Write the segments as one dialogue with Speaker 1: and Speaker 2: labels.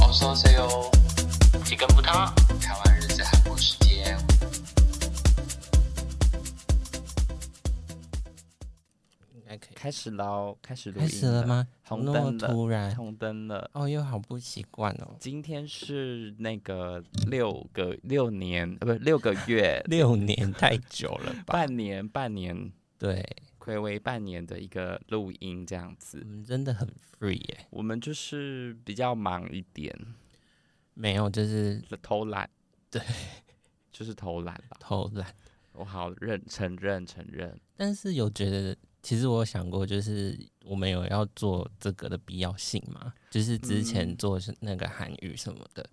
Speaker 1: 哦说 C O，
Speaker 2: 几根不他。
Speaker 1: 台湾日子韩国时间。
Speaker 3: 应该可以。
Speaker 2: 开始喽，开始录
Speaker 3: 开
Speaker 2: 音
Speaker 3: 始了？吗？
Speaker 2: 红
Speaker 3: 那么
Speaker 2: 灯了，
Speaker 3: 突然，
Speaker 2: 红灯了。
Speaker 3: 哦，又好不习惯哦。，
Speaker 2: 今天是那个六个六年，呃，不是六个月
Speaker 3: 六年太久了吧？
Speaker 2: 半年，半年，
Speaker 3: 对，
Speaker 2: 暌违半年的一个录音这样
Speaker 3: 我
Speaker 2: 子。
Speaker 3: 们真的很 free 耶、
Speaker 2: 我们就是比较忙一点，
Speaker 3: 没有，就是
Speaker 2: 偷懒，
Speaker 3: 对，
Speaker 2: 就是偷懒吧。
Speaker 3: 偷懒。
Speaker 2: 我好认承认承 认，
Speaker 3: 但是有觉得，其实我有想过，就是我们有要做这个的必要性嘛？就是之前
Speaker 2: 嗯
Speaker 3: 做是那个韩语什么的，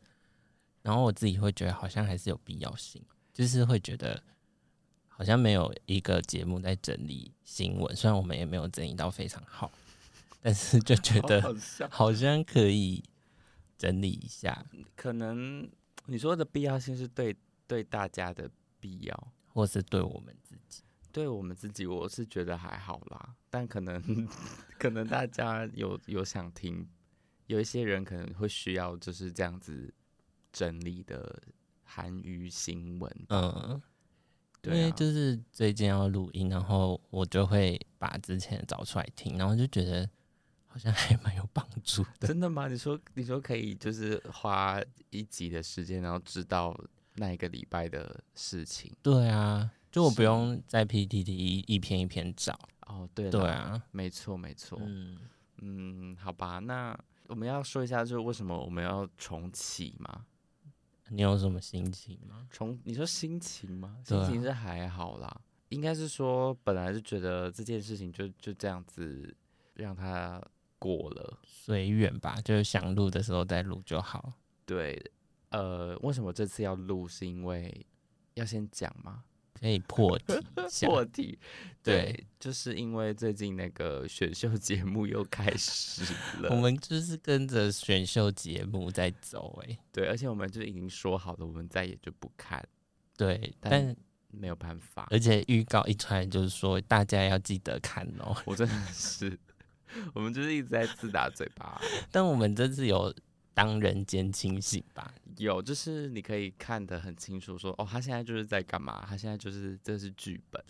Speaker 3: 然后我自己会觉得好像还是有必要性，就是会觉得。好像没有一个节目在整理新闻，虽然我们也没有整理到非常好，但是就觉
Speaker 2: 好
Speaker 3: 得
Speaker 2: 好笑
Speaker 3: 好像可以整理一下，
Speaker 2: 可能你说的必要性是对对大家的必要。
Speaker 3: 或是对我们自己。
Speaker 2: 对我们自己，我是觉得还好啦，但可能 可能大家有有想听，有一些人可能会需要就是这样子整理的韩语新闻，
Speaker 3: 嗯，因
Speaker 2: 对、
Speaker 3: 为
Speaker 2: 啊，
Speaker 3: 就是最近要录音，然后我就会把之前的找出来听，然后就觉得好像还蛮有帮助的。
Speaker 2: 真的吗？你说你说可以就是花一集的时间，然后知道那一个礼拜的事情
Speaker 3: 对啊，就我不
Speaker 2: 是
Speaker 3: 用在 PTT 一篇一篇找。
Speaker 2: 哦，对
Speaker 3: 对
Speaker 2: 啦，
Speaker 3: 啊，
Speaker 2: 没错没错，
Speaker 3: 嗯，
Speaker 2: 嗯，好吧，那我们要说一下，就是为什么我们要重启吗？
Speaker 3: 你有什么心情吗？
Speaker 2: 从你说心情吗？
Speaker 3: 对
Speaker 2: 心
Speaker 3: 啊
Speaker 2: 情是还好啦，应该是说本来就觉得这件事情就就这样子让它过了。
Speaker 3: 随缘吧，就是想录的时候再录就好。
Speaker 2: 对，呃，为什么这次要录？是因为要先讲吗？
Speaker 3: 可以破题一下，
Speaker 2: 破题，对，
Speaker 3: 对
Speaker 2: 就是因为最近那个选秀节目又开 始了，
Speaker 3: 我们就是跟着选秀节目在走、欸，
Speaker 2: 对，而且我们就已经说好了，我们再也就不看，
Speaker 3: 对，
Speaker 2: 但
Speaker 3: 但
Speaker 2: 没有办法，
Speaker 3: 而且预告一出来就是说大家要记得看哦。
Speaker 2: 我真的是， 我们就是一直在自打嘴巴。
Speaker 3: 但我们这次有当人间清醒吧？
Speaker 2: 有，就是你可以看得很清楚说哦，他现在就是在干嘛？他现在就是这是剧本，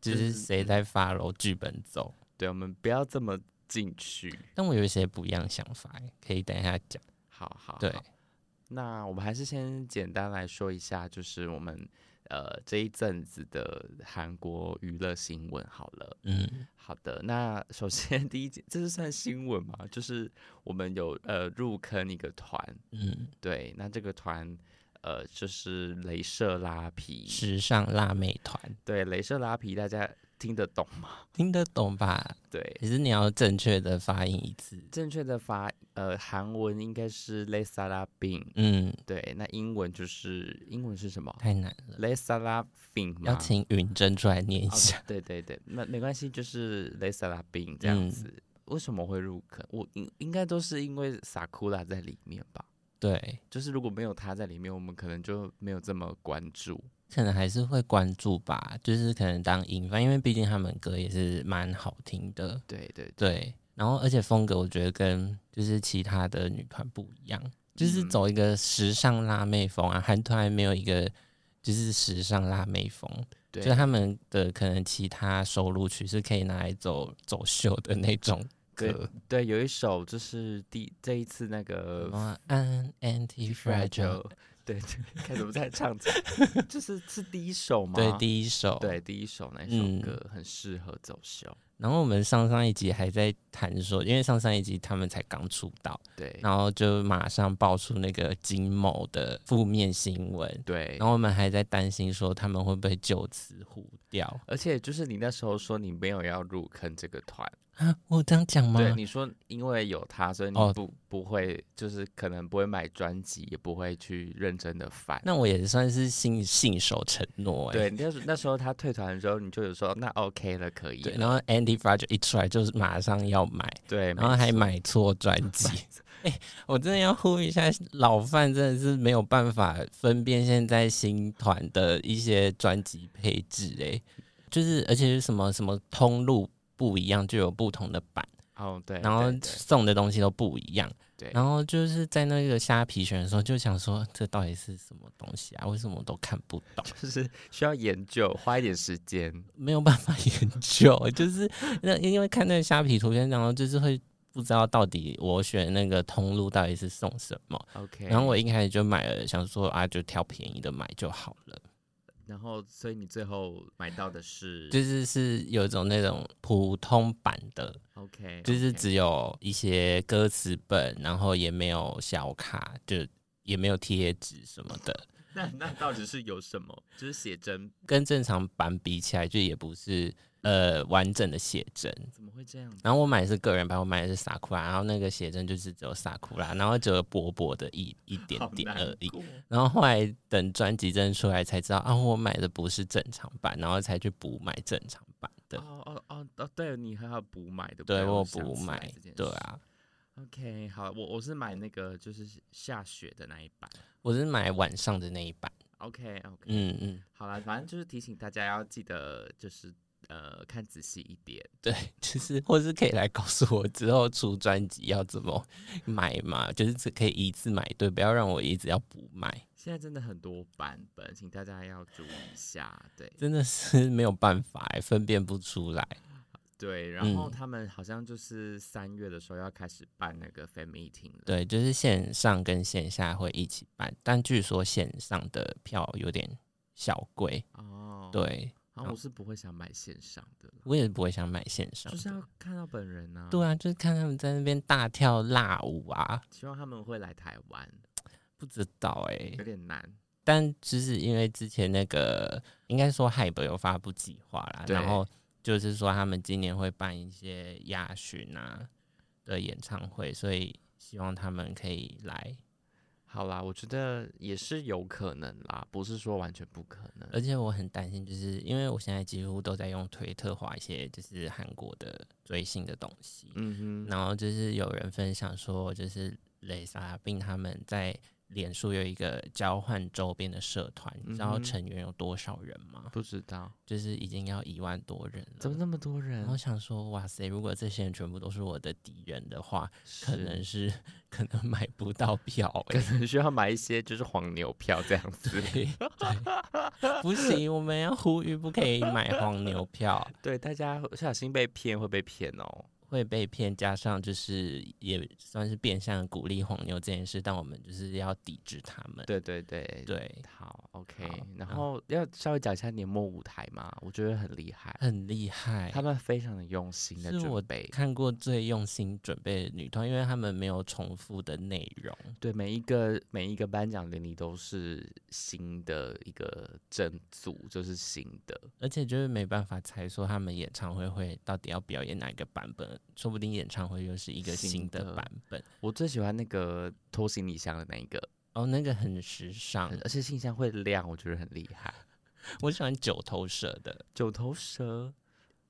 Speaker 3: 就
Speaker 2: 就是
Speaker 3: 是谁在发楼剧本走？
Speaker 2: 对我们不要这么进去。
Speaker 3: 但我有一些不一样的想法欸，可以等一下讲。
Speaker 2: 好好，
Speaker 3: 对
Speaker 2: 好，那我们还是先简单来说一下，就是我们呃这一阵子的韩国娱乐新闻好了。
Speaker 3: 嗯，
Speaker 2: 好的，那首先 第一件，这是算新闻吗？就是我们有呃入坑一个团，
Speaker 3: 嗯，
Speaker 2: 对，那这个团呃就是镭射拉皮，
Speaker 3: 时尚辣妹团
Speaker 2: 对，镭射拉皮，大家听得懂吗？
Speaker 3: 听得懂吧？
Speaker 2: 对，
Speaker 3: 可是你要正确的发音一次。
Speaker 2: 正确的发呃韩文应该是 l e s a l a b i n
Speaker 3: 嗯，
Speaker 2: 对，那英文就是英文是什么
Speaker 3: 太难了，
Speaker 2: l e s a l a b i n
Speaker 3: 要请允真出来念一下。
Speaker 2: 哦对对对，那没关系，就是 l e s a l a b i n 这样
Speaker 3: 嗯
Speaker 2: 子。为什么会入坑？我应应该都是因为 Sakura 在里面吧。
Speaker 3: 对，
Speaker 2: 就是如果没有他在里面，我们可能就没有这么关注。
Speaker 3: 可能还是会关注吧，就是可能当音番，因为毕竟他们歌也是蛮好听的。
Speaker 2: 对对对，
Speaker 3: 对，然后而且风格我觉得跟就是其他的女团不一样，就是
Speaker 2: 嗯
Speaker 3: 走一个时尚辣妹风啊，韩团还没有一个就是时尚辣妹风，就
Speaker 2: 对
Speaker 3: 是他们的可能其他收录曲是可以拿来走走秀的那种
Speaker 2: 对
Speaker 3: 歌。
Speaker 2: 对，有一首就是第这一次那
Speaker 3: 什
Speaker 2: 个
Speaker 3: 么 An Anti Fragile，
Speaker 2: 嗯 对对，开始不再唱起来， 就是是第一首吗？
Speaker 3: 对，第一首。
Speaker 2: 对，第一首那一
Speaker 3: 嗯
Speaker 2: 首歌、很适合走秀，
Speaker 3: 然后我们上上一集还在谈说，因为上上一集他们才刚出道，
Speaker 2: 对
Speaker 3: 然后就马上爆出那个金某的负面新闻，
Speaker 2: 对
Speaker 3: 然。后我们还在担心说他们会不会就此糊掉。
Speaker 2: 而且就是你那时候说你没有要入坑这个团，
Speaker 3: 啊、我有这样讲吗？
Speaker 2: 对，你说因为有他，所以你
Speaker 3: 哦
Speaker 2: 不、不会就是可能不会买专辑，也不会去认真的翻。
Speaker 3: 那我也算是信信守承诺、欸。
Speaker 2: 对，你那时候那时候他退团的时候，你就有说那 OK 了，可以
Speaker 3: 对，
Speaker 2: 了
Speaker 3: 然后 Andy Fragile 一出来就是马上要买，
Speaker 2: 对，
Speaker 3: 然后还
Speaker 2: 没错
Speaker 3: 买错 专辑。哎、我真的要呼吁一下，老范真的是没有办法分辨现在新团的一些专辑配置、欸，就是而且是什么什么通路不一样就有不同的版。
Speaker 2: 哦，对，
Speaker 3: 然后
Speaker 2: 对对
Speaker 3: 送的东西都不一样。
Speaker 2: 对
Speaker 3: 然后就是在那个虾皮选的时候，就想说这到底是什么东西啊？为什么我都看不懂？
Speaker 2: 就是需要研究，花一点时间。
Speaker 3: 没有办法 研究，就是那因为看那个虾皮图片，然后就是会不知道到底我选那个通路到底是送什么。
Speaker 2: OK，
Speaker 3: 然后我一开始就买了，想说啊，就挑便宜的买就好了。
Speaker 2: 然后所以你最后买到的是
Speaker 3: 就是是有一种那种普通版的，
Speaker 2: OK，
Speaker 3: 就是
Speaker 2: 只
Speaker 3: 只有一些歌词本，然后也没有小卡，就也没有贴纸什么的。
Speaker 2: 那那到底是有什么？就是写真
Speaker 3: 跟正常版比起来，就也不是呃完整的写真。
Speaker 2: 怎么会这样子？
Speaker 3: 然后我买的是个人版，我买的是萨库拉，然后那个写真就是只有萨库拉，然后只有薄薄的一一 点
Speaker 2: 好
Speaker 3: 点
Speaker 2: 难
Speaker 3: 而已。
Speaker 2: 过
Speaker 3: 然后后来等专辑真的出来才知道啊，我买的不是正常版，然后才去补买正常版的。
Speaker 2: 哦哦哦哦，对你还要补买的，
Speaker 3: 对我
Speaker 2: 想
Speaker 3: 补
Speaker 2: 起来
Speaker 3: 买
Speaker 2: 这件，
Speaker 3: 对
Speaker 2: 事。
Speaker 3: 啊，
Speaker 2: OK，好，我我是买那个就是下雪的那一版。
Speaker 3: 我是买晚上的那一版。
Speaker 2: OK OK，
Speaker 3: 嗯嗯，
Speaker 2: 好啦，反正就是提醒大家要记得就是呃看仔细一点。
Speaker 3: 对，就是或是可以来告诉我之后出专辑要怎么买嘛，就是只可以一次买对，不要让我一直要补买，
Speaker 2: 现在真的很多版本，请大家要注意一下。对
Speaker 3: 真的是 没有办法欸、分辨不出来。
Speaker 2: 对，然
Speaker 3: 嗯
Speaker 2: 后他们好像就是三月的时候要开始办那个 fan meeting 了。
Speaker 3: 对，就是线上跟线下会一起办，但据说线上的票有点小贵。
Speaker 2: 哦，，
Speaker 3: 对
Speaker 2: 然后我是不会想买线上的啦，
Speaker 3: 我也不会想买线上
Speaker 2: 就
Speaker 3: 的，
Speaker 2: 是要看到本人呢、啊。
Speaker 3: 对，啊，就是看他们在那边大跳辣舞啊，
Speaker 2: 希望他们会来台湾，
Speaker 3: 不知道哎、
Speaker 2: 有点难。
Speaker 3: 但就是因为之前那个，应该说 Hype 有发布计划啦，
Speaker 2: 对
Speaker 3: 然后就是说他们今年会办一些亚巡啊的演唱会，所以希望他们可以来。
Speaker 2: 好啦，我觉得也是有可能啦，不是说完全不可能。
Speaker 3: 而且我很担心，就是因为我现在几乎都在用推特划一些就是韩国的追星的东西，
Speaker 2: 嗯哼，
Speaker 3: 然后就是有人分享说，就是蕾莎并他们在脸书有一个交换周边的社团，你知道
Speaker 2: 嗯哼
Speaker 3: 成员有多少人吗？
Speaker 2: 不知道
Speaker 3: 就是已经要一万多人
Speaker 2: 怎么
Speaker 3: 了。
Speaker 2: 那么多人
Speaker 3: 然后，想说，哇塞！如果这些人全部都是我的敌人的话，可
Speaker 2: 是
Speaker 3: 能是可能买不到票、
Speaker 2: 可
Speaker 3: 欸。
Speaker 2: 能需要买一些就是黄牛票这样子。
Speaker 3: 对 对，不行，我们要呼吁不可以买黄牛票，
Speaker 2: 对，大家不小心被骗会被骗哦。
Speaker 3: 会被骗。加上就是也算是变相鼓励黄牛这件事，但我们就是要抵制他们。
Speaker 2: 对对对，
Speaker 3: 对，
Speaker 2: 好，OK
Speaker 3: 好
Speaker 2: 然
Speaker 3: 嗯
Speaker 2: 后要稍微讲一下年末舞台嘛，我觉得很厉害，
Speaker 3: 很厉害
Speaker 2: 他。们非常的用心的
Speaker 3: 是我
Speaker 2: 准备，
Speaker 3: 看过最用心准备的女团，因为他们没有重复的内容。
Speaker 2: 对每一个每一个颁奖典礼都是新的一个整组，就是新的，
Speaker 3: 而且就是没办法猜说他们演唱会会到底要表演哪个版本，说不定演唱会又是一个新
Speaker 2: 新
Speaker 3: 的
Speaker 2: 的
Speaker 3: 版本。
Speaker 2: 我最喜欢那个拖行李箱的那一个，嗯
Speaker 3: 哦，那个很时尚，
Speaker 2: 而且信箱会亮，我觉得很厉害。
Speaker 3: 我喜欢九头蛇 的
Speaker 2: 九头蛇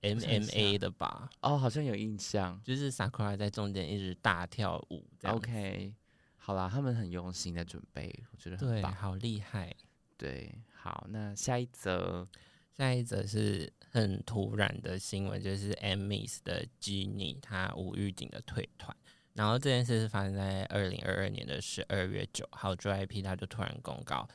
Speaker 3: MMA 的吧，
Speaker 2: 哦，好像有印象。
Speaker 3: 就是 Sakura 在中间一直大跳舞这样。
Speaker 2: OK，好啦，他们很用心的准备，我觉得很
Speaker 3: 对，
Speaker 2: 棒。
Speaker 3: 好厉害。
Speaker 2: 对，好，那下一则
Speaker 3: 下一则是很突然的新闻，就是 Emmys 的 Jennie 她无预警的退团。然后这件事是发生在二零二二年的十二月九号，JYP 他就突然公告，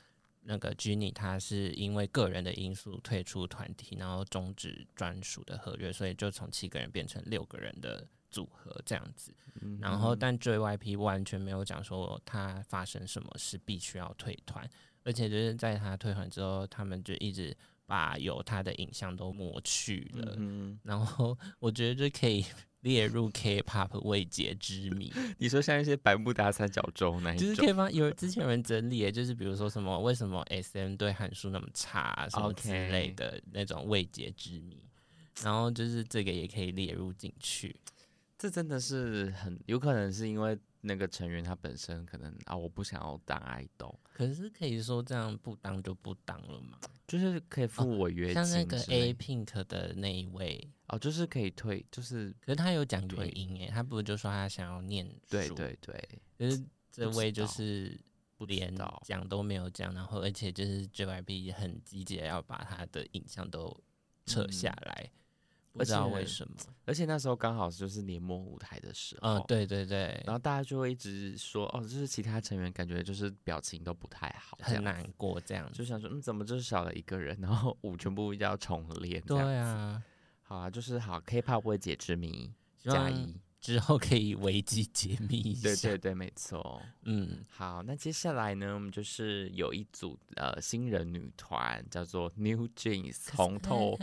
Speaker 3: 那个 Jennie 她是因为个人的因素退出团体，然后终止专属的合约，所以就从七个人变成六个人的组合这样子。
Speaker 2: 嗯
Speaker 3: 然后但 JYP 完全没有讲说他发生什么事必须要退团，而且就是在他退团之后，他们就一直把有他的影像都抹去了。
Speaker 2: 嗯
Speaker 3: 然后我觉得这可以 列入 K-pop 未解之谜，
Speaker 2: 哼，你说像一些百慕达三角洲那一
Speaker 3: 就是
Speaker 2: 种
Speaker 3: K-pop 有之前有人整理耶，就是比如说什么为什么 SM 对函数那么差啊、什么之类
Speaker 2: OK
Speaker 3: 的那种未解之谜，然后就是这个也可以列入进去。
Speaker 2: 这真的是很有可能是因为那个成员他本身可能啊，我不想要当爱豆，
Speaker 3: 可是可以说这样不当就不当了嘛？
Speaker 2: 就是可以付违约金
Speaker 3: 哦像
Speaker 2: 之
Speaker 3: 那
Speaker 2: 类
Speaker 3: 个 A Pink 的那一位，
Speaker 2: 哦，就是可以退，就是
Speaker 3: 可是他有讲
Speaker 2: 对
Speaker 3: 原因诶，他不是就说他想要念书？
Speaker 2: 对，对对，
Speaker 3: 可是这
Speaker 2: 不
Speaker 3: 位
Speaker 2: 知
Speaker 3: 就
Speaker 2: 道
Speaker 3: 是
Speaker 2: 不知
Speaker 3: 连
Speaker 2: 道
Speaker 3: 讲都没有讲，然后而且就是 JYP 也很积极地要把他的影像都扯
Speaker 2: 嗯
Speaker 3: 下来，不知道
Speaker 2: 而且
Speaker 3: 为什么。
Speaker 2: 而且那时候刚好就是年末舞台的时候，
Speaker 3: 嗯，。对对对
Speaker 2: 然，后大家就会一直说，哦，就是其他成员感觉就是表情都不太好，这
Speaker 3: 很
Speaker 2: 样
Speaker 3: 难过这样
Speaker 2: 就
Speaker 3: 子。
Speaker 2: 想说，嗯，怎么就是少了一个人，然后舞全部要重练，这样
Speaker 3: 对啊，
Speaker 2: 好啊，就是好，K-pop 未解之谜
Speaker 3: 希
Speaker 2: 加
Speaker 3: 望
Speaker 2: 一，
Speaker 3: 之后可以危机解密一下。
Speaker 2: 对 对对，没错。
Speaker 3: 嗯，
Speaker 2: 好，那接下来呢，我们就是有一组呃新人女团，叫做 New Jeans 红透，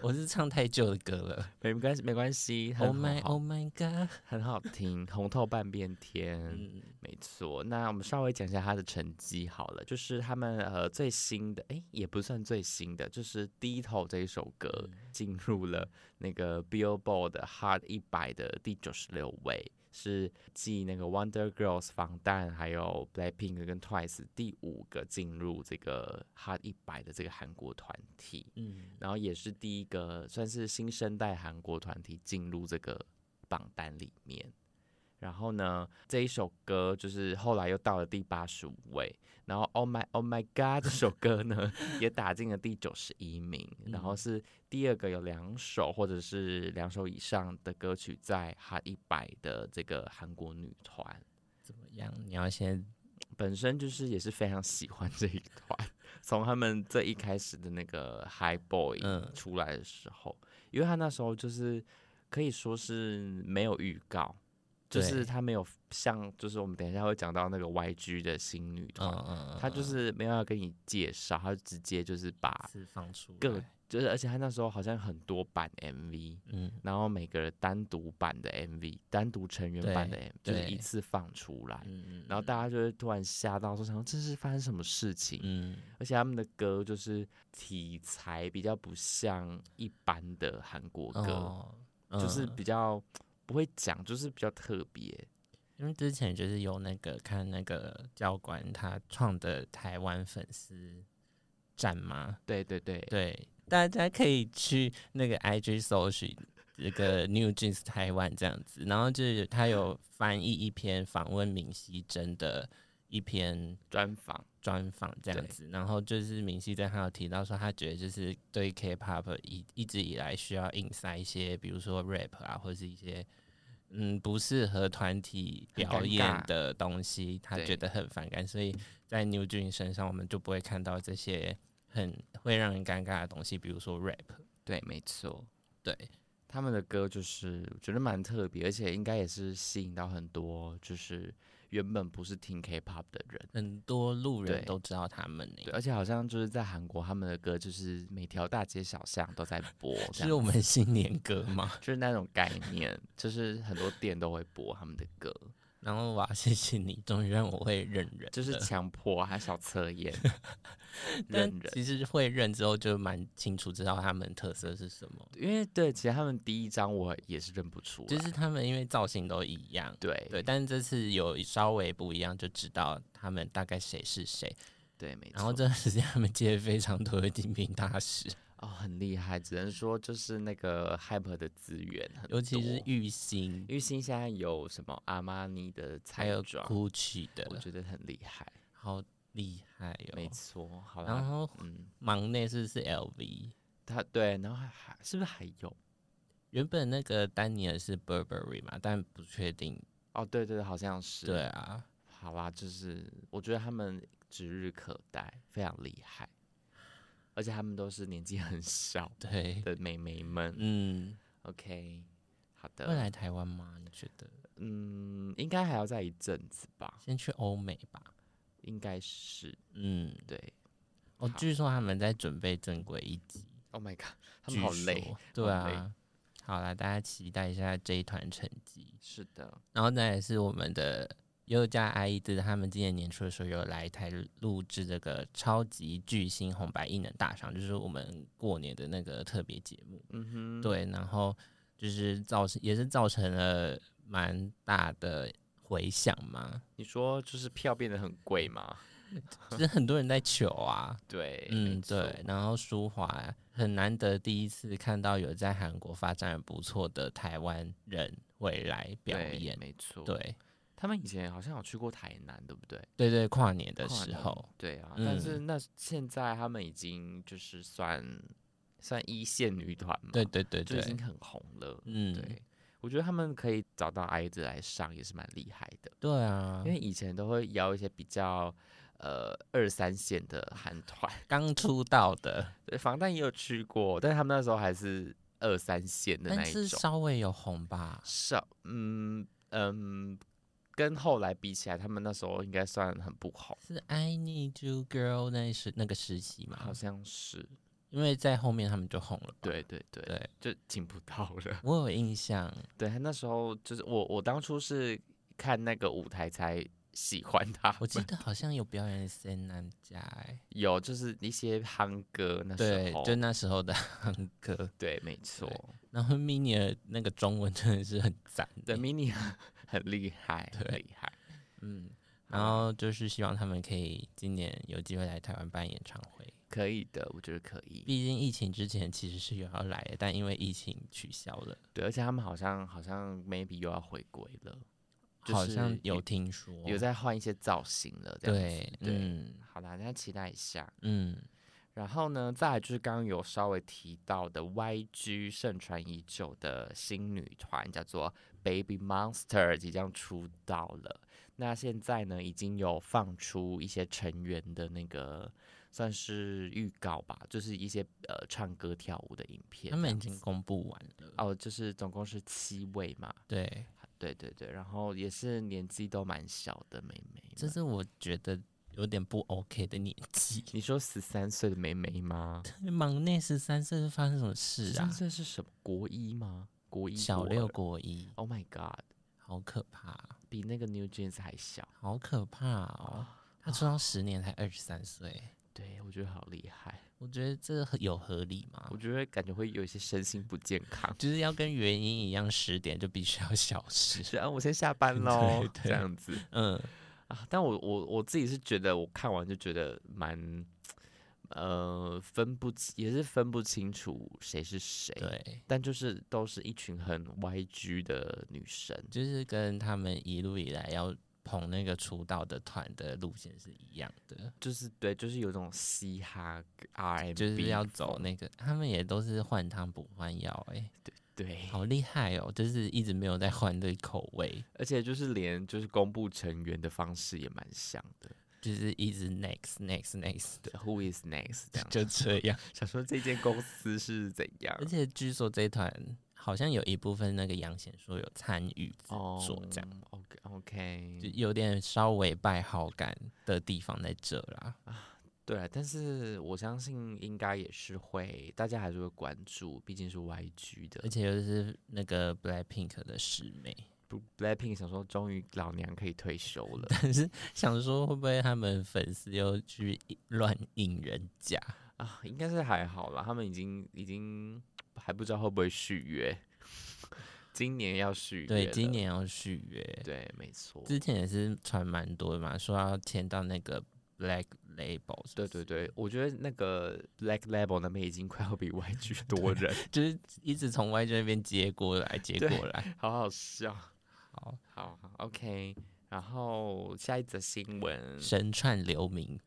Speaker 3: 我是唱太旧的歌了。
Speaker 2: 没关系没关系，
Speaker 3: Oh
Speaker 2: 很
Speaker 3: my
Speaker 2: 好
Speaker 3: Oh my God！
Speaker 2: 很好听，红透半边天。
Speaker 3: 嗯，
Speaker 2: 没错，那我们稍微讲一下他的成绩好了，就是他们呃最新的，诶，也不算最新的，就是《低头》这一首歌
Speaker 3: 嗯
Speaker 2: 进入了那个 Billboard Hot 一百的第九十六位，是继那个 Wonder Girls 防弹还有 Blackpink 跟 Twice 第五个进入这个 Hot 一百的这个韩国团体，
Speaker 3: 嗯，
Speaker 2: 然后也是第一个算是新生代韩国团体进入这个榜单里面。然后呢，这一首歌就是后来又到了第八十五位，然后《Oh My Oh My God》这首歌呢 也打进了第九十一名，然后是第二个有两首或者是两首以上的歌曲在 Hot 一百的这个韩国女团。
Speaker 3: 怎么样？你要先
Speaker 2: 本身就是也是非常喜欢这一团，从他们最一开始的那个 High Boy
Speaker 3: 嗯
Speaker 2: 出来的时候，因为他那时候就是可以说是没有预告，就
Speaker 3: 对
Speaker 2: 是他没有像就是我们等一下会讲到那个 YG 的新女
Speaker 3: 嗯
Speaker 2: 团，
Speaker 3: 嗯，嗯
Speaker 2: 他就
Speaker 3: 嗯
Speaker 2: 是没有要跟你介绍，他就直接就是把
Speaker 3: 释放出
Speaker 2: 各
Speaker 3: 来
Speaker 2: 就是，而且他那时候好像很多版 MV，
Speaker 3: 嗯
Speaker 2: 然后每个人单独版的 MV，单独成员版的
Speaker 3: 对
Speaker 2: MV，就是
Speaker 3: 对
Speaker 2: 一次放出来。
Speaker 3: 嗯
Speaker 2: 然后大家就会突然吓到，说想说这是发生什么事情？
Speaker 3: 嗯
Speaker 2: 而且他们的歌就是题材比较不像一般的韩国歌，
Speaker 3: 哦，
Speaker 2: 就是
Speaker 3: 嗯
Speaker 2: 比较不会讲，就是比较特别。
Speaker 3: 因为之前就是有那个看那个教官他创的台湾粉丝站嘛，
Speaker 2: 对对对，
Speaker 3: 对，大家可以去那个 IG 搜寻这 个 New Jeans 台湾这样子，然后就是他有翻译一篇访问明熙珍的一篇
Speaker 2: 专访
Speaker 3: 专访这样
Speaker 2: 对
Speaker 3: 子，然后就是明熙珍还有提到说，他觉得就是对 K-pop 一一直以来需要硬塞一些，比如说 rap 啊，或是一些嗯不适合团体
Speaker 2: 很
Speaker 3: 表
Speaker 2: 尴
Speaker 3: 演
Speaker 2: 尬
Speaker 3: 的东西，他
Speaker 2: 对
Speaker 3: 觉得很反感，所以在 New Jeans 身上我们就不会看到这些很会让人尴尬的东西，比如说 rap。
Speaker 2: 对，没错，
Speaker 3: 对，
Speaker 2: 他们的歌就是我觉得蛮特别，而且应该也是吸引到很多就是原本不是听 K-pop 的人。
Speaker 3: 很多路人
Speaker 2: 对
Speaker 3: 都知道他们欸呢、
Speaker 2: 对，而且好像就是在韩国，他们的歌就是每条大街小巷都在播，这样
Speaker 3: 是我们新年歌吗？
Speaker 2: 就是那种概念，就是很多店都会播他们的歌，
Speaker 3: 然后我要谢谢你，终于让我会认人了，
Speaker 2: 就是强迫啊还小测 验认
Speaker 3: 嗯但
Speaker 2: 人。
Speaker 3: 其实会认之后就蛮清楚知道他们的特色是什么，
Speaker 2: 因为对，其实他们第一张我也是认不出来，
Speaker 3: 就是他们因为造型都一样，
Speaker 2: 啊对
Speaker 3: 对，但这次有稍微不一样，就知道他们大概谁是谁。
Speaker 2: 对，没错。
Speaker 3: 然后这段时间他们接了非常多的精品大师，
Speaker 2: 哦，很厉害，只能说就是那个 Hype 的资源很多，
Speaker 3: 尤其是玉兴，
Speaker 2: 玉鑫现在有什么阿玛尼的
Speaker 3: 还
Speaker 2: 彩
Speaker 3: 有
Speaker 2: 妆，
Speaker 3: GUCCI
Speaker 2: 我
Speaker 3: 的，
Speaker 2: 觉得很厉害，
Speaker 3: 好厉害
Speaker 2: 没
Speaker 3: 哦。
Speaker 2: 错。好
Speaker 3: 然
Speaker 2: 啦，
Speaker 3: 后
Speaker 2: 嗯，
Speaker 3: 忙内是是 LV，
Speaker 2: 他对，然后还还是不是还有？
Speaker 3: 原本那个丹尼尔是 Burberry 嘛，但不确定。
Speaker 2: 哦，对对对，好像是，
Speaker 3: 对啊，
Speaker 2: 好啦，就是我觉得他们指日可待，非常厉害，而且他们都是年纪很小
Speaker 3: 对，
Speaker 2: 的妹妹们。
Speaker 3: 嗯，
Speaker 2: OK，好
Speaker 3: 会
Speaker 2: 的，
Speaker 3: 来台湾吗？你觉得？
Speaker 2: 嗯，应该还要再一阵子吧，
Speaker 3: 先去欧美吧。
Speaker 2: 应该是
Speaker 3: 嗯，
Speaker 2: 对。
Speaker 3: 哦，
Speaker 2: 好
Speaker 3: 据说他们在准备正规一集，
Speaker 2: Oh my god，他 们好
Speaker 3: 据
Speaker 2: 累
Speaker 3: 说，对
Speaker 2: 好累
Speaker 3: 啊。好啦，大家期待一下这一团成绩。
Speaker 2: 是的，
Speaker 3: 然后再来是我们的优加阿姨子，他们今年年初的时候有来台录制这个超级巨星红白艺能大赏，就是我们过年的那个特别节目。
Speaker 2: 嗯哼，
Speaker 3: 对，然后就是造成也是造成了蛮大的回响嘛，
Speaker 2: 你说就是票变得很贵吗？
Speaker 3: 就是很多人在求啊。
Speaker 2: 对，没
Speaker 3: 嗯，
Speaker 2: 错
Speaker 3: 对。然后舒华很难得第一次看到有在韩国发展得不错的台湾人回来表
Speaker 2: 对
Speaker 3: 演。
Speaker 2: 没错。，
Speaker 3: 对
Speaker 2: 他们以前好像有去过台南，对不对？
Speaker 3: 对对，跨年的
Speaker 2: 跨
Speaker 3: 时
Speaker 2: 年
Speaker 3: 候，
Speaker 2: 对啊，
Speaker 3: 嗯
Speaker 2: 但是那现在他们已经就是算算一线女团嘛，
Speaker 3: 对对对
Speaker 2: 就已经
Speaker 3: 对，
Speaker 2: 很红了。
Speaker 3: 嗯，
Speaker 2: 对，我觉得他们可以找到 I 子来上也是蛮厉害的，
Speaker 3: 对啊，
Speaker 2: 因为以前都会邀一些比较呃二三线的韩团，
Speaker 3: 刚出道的，
Speaker 2: 对，防弹也有去过，但是他们那时候还是二三线的那
Speaker 3: 但
Speaker 2: 一
Speaker 3: 是
Speaker 2: 种，
Speaker 3: 稍微有红吧，
Speaker 2: 少嗯嗯，跟后来比起来，他们那时候应该算很不红，
Speaker 3: 是 I Need You Girl 那时那个时期嘛
Speaker 2: 好，像是，
Speaker 3: 因为在后面他们就红了吧。
Speaker 2: 对对对，
Speaker 3: 对，
Speaker 2: 就请不到了。
Speaker 3: 我有印象，
Speaker 2: 对他那时候就是我，我当初是看那个舞台才喜欢他们，
Speaker 3: 我记得好像有表演 C 男家、欸，
Speaker 2: 有就是一些夯歌那时
Speaker 3: 对
Speaker 2: 候，，
Speaker 3: 就那时候的 韩歌，
Speaker 2: 对，没错，
Speaker 3: 然后 mini 的那个中文真的是很赞欸、
Speaker 2: 对 mini 很厉害，很厉害，
Speaker 3: 嗯，然后就是希望他们可以今年有机会来台湾办演唱会，
Speaker 2: 可以的，我觉得可以。
Speaker 3: 毕竟疫情之前其实是有要来的，但因为疫情取消了，
Speaker 2: 对，而且他们好像好像 maybe 又要回归了，就
Speaker 3: 好
Speaker 2: 是
Speaker 3: 像有
Speaker 2: 有
Speaker 3: 听说，
Speaker 2: 有在换一些造型了，这样子
Speaker 3: 对，
Speaker 2: 对，
Speaker 3: 嗯
Speaker 2: 好啦，大家期待一下。
Speaker 3: 嗯，
Speaker 2: 然后呢，再来就是刚刚有稍微提到的 YG 盛传已久的新女团，叫做 Baby Monster，即将出道了。那现在呢，已经有放出一些成员的那个算是预告吧，就是一些呃唱歌跳舞的影片
Speaker 3: 他
Speaker 2: 这样子。
Speaker 3: 们已经公布完了，
Speaker 2: 哦，就是总共是七位嘛，
Speaker 3: 对，
Speaker 2: 对对对，然后也是年纪都蛮小的妹妹们。
Speaker 3: 这是我觉得有点不 OK 的年 纪。
Speaker 2: 你说十三岁的妹妹吗？
Speaker 3: 忙内十三岁是发生什么
Speaker 2: 十
Speaker 3: 事
Speaker 2: 三
Speaker 3: 啊？
Speaker 2: 岁是什么？国一吗？国一
Speaker 3: 小
Speaker 2: 国
Speaker 3: 六
Speaker 2: 二
Speaker 3: 国一，
Speaker 2: Oh my god，
Speaker 3: 好可怕，
Speaker 2: 比那个 New Jeans 还小。
Speaker 3: 好可怕哦！
Speaker 2: 啊
Speaker 3: 他出道十年才二十三岁，
Speaker 2: 对，我觉得好厉害。
Speaker 3: 我觉得这合有合理吗。
Speaker 2: 我？觉得感觉会有一些身心不健康
Speaker 3: 就是要跟原因一样，十点就必须要消失。
Speaker 2: 是啊，我先下 班喽，
Speaker 3: 对
Speaker 2: 这样子
Speaker 3: 嗯，
Speaker 2: 啊。但我我我自己是觉得，我看完就觉得蛮，呃，分不清也是分不清楚谁是谁。
Speaker 3: 对，
Speaker 2: 但就是都是一群很 YG 的女生，
Speaker 3: 就是跟他们一路以来要捧那个出道的团的路线是一样的，
Speaker 2: 就是对，就是有种嘻哈 RMB，
Speaker 3: 就是要走那个，他们也都是换汤不换药，哎，
Speaker 2: 对，
Speaker 3: 好厉害哦！就是一直没有在换这个口味，
Speaker 2: 而且就是连就是公布成员的方式也蛮像的
Speaker 3: 就是一直 next next next
Speaker 2: 对，Who is next 这样，
Speaker 3: 就这样。
Speaker 2: 想说这间公司是怎样
Speaker 3: 而？且据说这一团好像有一部分那个杨贤说有参与制
Speaker 2: 哦
Speaker 3: 作，这样、
Speaker 2: ，OK
Speaker 3: 就
Speaker 2: OK，
Speaker 3: 有点稍微败好感的地方在这啦。
Speaker 2: 对啊，但是我相信应该也是会，大家还是会关注，毕竟是 YG
Speaker 3: 而
Speaker 2: 的。
Speaker 3: 且又是那个 Blackpink 的师妹，
Speaker 2: 不 Blackpink 想说，终于老娘可以退休了。
Speaker 3: 但是想说会不会他们粉丝又去乱引人家？
Speaker 2: 啊，应该是还好啦，他们已经已经还不知道会不会续约，今年要续约了，
Speaker 3: 对，今年要续约，
Speaker 2: 对，没错，
Speaker 3: 之前也是传蛮多的嘛，说要签到那个 Black Label，是不
Speaker 2: 对
Speaker 3: 是
Speaker 2: 对对，我觉得那个 Black Label 那边已经快要比 YG 多人，
Speaker 3: 就是一直从 YG 那边接过来，接
Speaker 2: 对
Speaker 3: 过来。
Speaker 2: 好好笑，
Speaker 3: 好，
Speaker 2: 好好 OK。然后下一则新闻，
Speaker 3: 神串留名，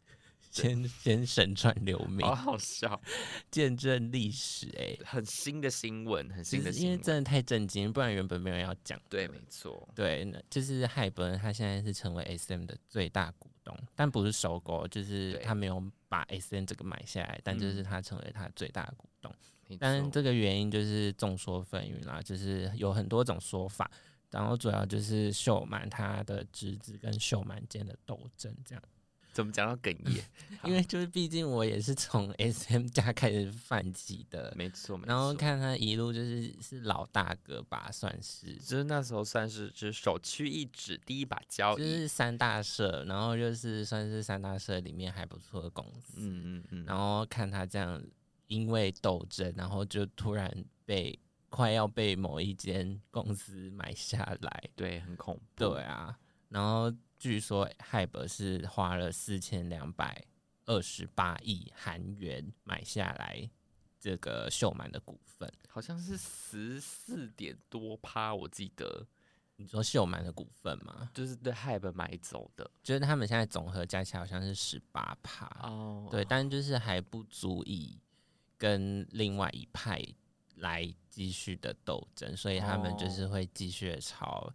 Speaker 3: 先先神串留名，
Speaker 2: 好好笑，
Speaker 3: 见证历史哎、
Speaker 2: 很新的新闻，很
Speaker 3: 其
Speaker 2: 新的
Speaker 3: 实因为
Speaker 2: 新闻，
Speaker 3: 真的太震惊，不然原本没有人要讲。
Speaker 2: 对，没错，
Speaker 3: 对，那就是海本他现在是成为 SM 的最大股东，但不是收购，就是
Speaker 2: 对嗯
Speaker 3: 他没有把 SM 这个买下来，但就是他成为他最大的股东。
Speaker 2: 没
Speaker 3: 但是
Speaker 2: 错
Speaker 3: 这个原因就是众说纷纭啦，就是有很多种说法。然后主要就是秀满他的侄子跟秀满间的斗争这样。
Speaker 2: 怎么讲到哽 咽？
Speaker 3: 因为就是毕竟我也是从 S M 家开始泛起的，
Speaker 2: 没错，没
Speaker 3: 然后
Speaker 2: 错
Speaker 3: 看他一路就是是老大哥吧，算是
Speaker 2: 就是那时候算是就是首屈一指，第哦一把交
Speaker 3: 就
Speaker 2: 椅，嗯
Speaker 3: 是三大社，然后就是算是三大社里面还不错的公司，
Speaker 2: 嗯嗯嗯，
Speaker 3: 然后看他这样因为斗争，然后就突然被快要被某一间公司买下来，
Speaker 2: 对，很恐怖。
Speaker 3: 对啊，然后据说海博是花了四千两百二十八亿韩元买下来这个秀满的股份。
Speaker 2: 好像是十四点多趴，我记得
Speaker 3: 你说秀满的股份吗？
Speaker 2: 就是对 Hype 买走的
Speaker 3: 就是他们现在总和加起来好像是十八趴，
Speaker 2: 哦
Speaker 3: 对，但就是还不足以跟另外一派来继续的斗争，所以他们
Speaker 2: 哦
Speaker 3: 就是会继续地朝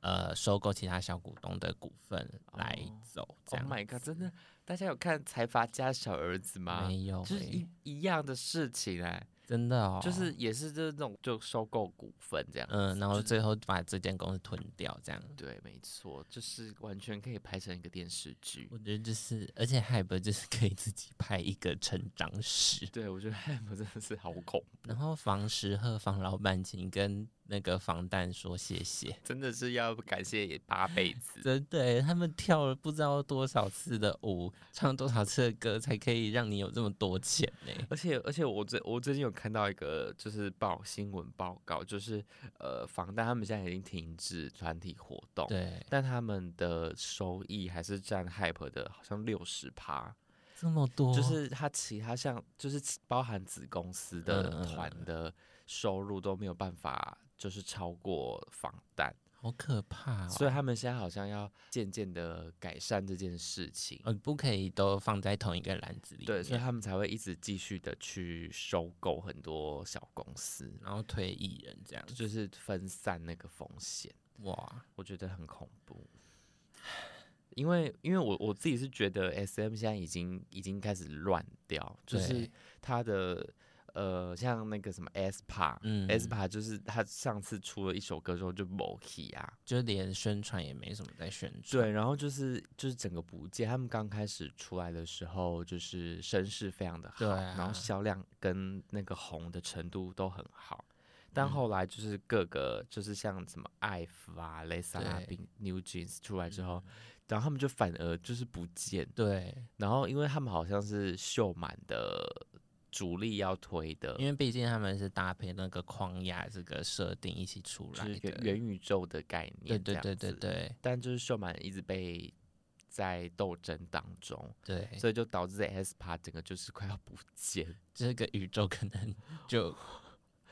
Speaker 3: 呃收购其他小股东的股份来
Speaker 2: 哦
Speaker 3: 走。这
Speaker 2: ，Oh
Speaker 3: 样
Speaker 2: my god！真的，大家有看财阀家小儿子吗？
Speaker 3: 没有、
Speaker 2: 就是一
Speaker 3: 欸，
Speaker 2: 一样的事情哎、
Speaker 3: 真的哦，
Speaker 2: 就是也是就是那种就收购股份这样。
Speaker 3: 嗯，然后
Speaker 2: 就是
Speaker 3: 最后把这间公司吞掉，这样。
Speaker 2: 对，没错，就是完全可以拍成一个电视剧。
Speaker 3: 我觉得就是，而且海博就是 可以自己拍一个成长史，
Speaker 2: 对，我觉得 M 真的是好恐怖，
Speaker 3: 然后房石鹤房老板请跟那个房蛋说谢谢，
Speaker 2: 真的是要感谢八辈子。
Speaker 3: 真的欸耶，他们跳了不知道多少次的舞，唱多少次的歌，才可以让你有这么多钱呢？
Speaker 2: 而且而且我最我最近有看到一个就是报新闻报告，就是呃房贷他们现在已经停止团体活动，
Speaker 3: 对，
Speaker 2: 但他们的收益还是占 Hype 的好像六十趴，
Speaker 3: 这么多，
Speaker 2: 就是他其他像就是包含子公司
Speaker 3: 嗯嗯
Speaker 2: 的
Speaker 3: 嗯
Speaker 2: 团的收入都没有办法，就是超过房贷，
Speaker 3: 好可怕
Speaker 2: 所
Speaker 3: 哦！
Speaker 2: 以他们现在好像要渐渐的改善这件事情。
Speaker 3: 呃，不可以都放在同一个篮子里面，
Speaker 2: 对，所以他们才会一直继续的去收购很多小公司，
Speaker 3: 然后推艺人这样，
Speaker 2: 就是分散那个风险，
Speaker 3: 哇，
Speaker 2: 我觉得很恐怖。因为因为我我自己是觉得 S M 现在已经已经开始乱掉，就是
Speaker 3: 对
Speaker 2: 它的呃像那个什么 S P A，
Speaker 3: 嗯
Speaker 2: S P A 就是他上次出了一首歌之后就 m o k 啊，
Speaker 3: 就连宣传也没什么在宣传，
Speaker 2: 对，然后就是就是整个不见，他们刚开始出来的时候，就是声势非常的好，
Speaker 3: 对
Speaker 2: 然
Speaker 3: 啊
Speaker 2: 后销量跟那个红的程度都很好。但后来就是各个就是像什么艾芙啊、蕾莎拉
Speaker 3: 对
Speaker 2: 宾、New Jeans 出来之后，然后他们就反而就是不见。
Speaker 3: 对，
Speaker 2: 然后因为他们好像是秀满的主力要推的
Speaker 3: 因，为毕竟他们是搭配那个框架这个设定一起出
Speaker 2: 就
Speaker 3: 来
Speaker 2: 是
Speaker 3: 的，
Speaker 2: 元元宇宙的概
Speaker 3: 对
Speaker 2: 念这
Speaker 3: 对
Speaker 2: 样子。
Speaker 3: 对对对
Speaker 2: 但就是秀满一直被在斗争当中，
Speaker 3: 对，
Speaker 2: 所以就导致 S 趴整个就是快要不见，
Speaker 3: 这个宇宙可能 就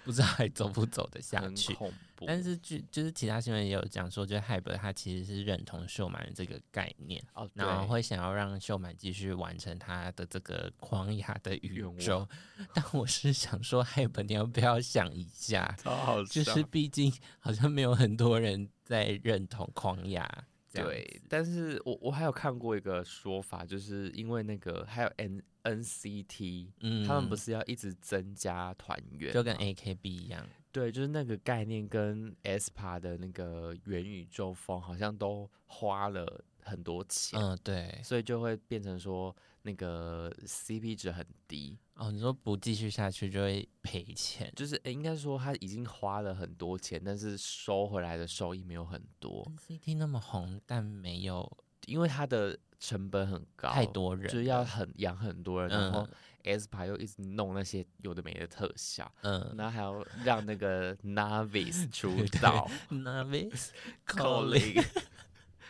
Speaker 3: 不知道还走不走得下
Speaker 2: 很
Speaker 3: 去。
Speaker 2: 恐怖。
Speaker 3: 但是据就是其他新闻也有讲说，就是海伯他其实是认同秀满这个概念，
Speaker 2: 哦，对
Speaker 3: 然后会想要让秀满继续完成他的这个狂雅的宇
Speaker 2: 愿望
Speaker 3: 宙。 但我是想说，海伯你要不要想一下？
Speaker 2: 超好
Speaker 3: 就
Speaker 2: 笑，
Speaker 3: 是毕竟好像没有很多人在认同狂雅。这样
Speaker 2: 对。但是我我还有看过一个说法，就是因为那个还有 N NCT，、
Speaker 3: 嗯
Speaker 2: 他们不是要一直增加团员吗，
Speaker 3: 就跟 AKB 一样，
Speaker 2: 对，就是那个概念跟 S 趴的那个元宇宙风好像都花了很多钱。
Speaker 3: 嗯，对，
Speaker 2: 所以就会变成说，那个 CP 值很低，
Speaker 3: 哦，你说不继续下去就会赔钱，
Speaker 2: 就是、诶应该说他已经花了很多钱，但是收回来的收益没有很多，
Speaker 3: NCT 那么红，但没有
Speaker 2: 因为它的成本很高，
Speaker 3: 太多人了，
Speaker 2: 就是要很养很多人，然后
Speaker 3: 嗯
Speaker 2: S 牌又一直弄那些有的没的特效，
Speaker 3: 嗯，
Speaker 2: 然后还要让 那个 novice 出
Speaker 3: 对对
Speaker 2: 道
Speaker 3: novice calling，
Speaker 2: calling，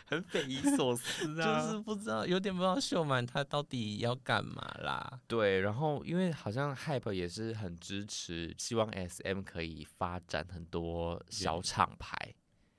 Speaker 2: 很匪夷所 思啊。
Speaker 3: 就是不知道，有点不知道秀满他到底要干嘛啦。
Speaker 2: 对，然后因为好像 Hype 也是很支持，希望 SM 可以发展很多小厂牌，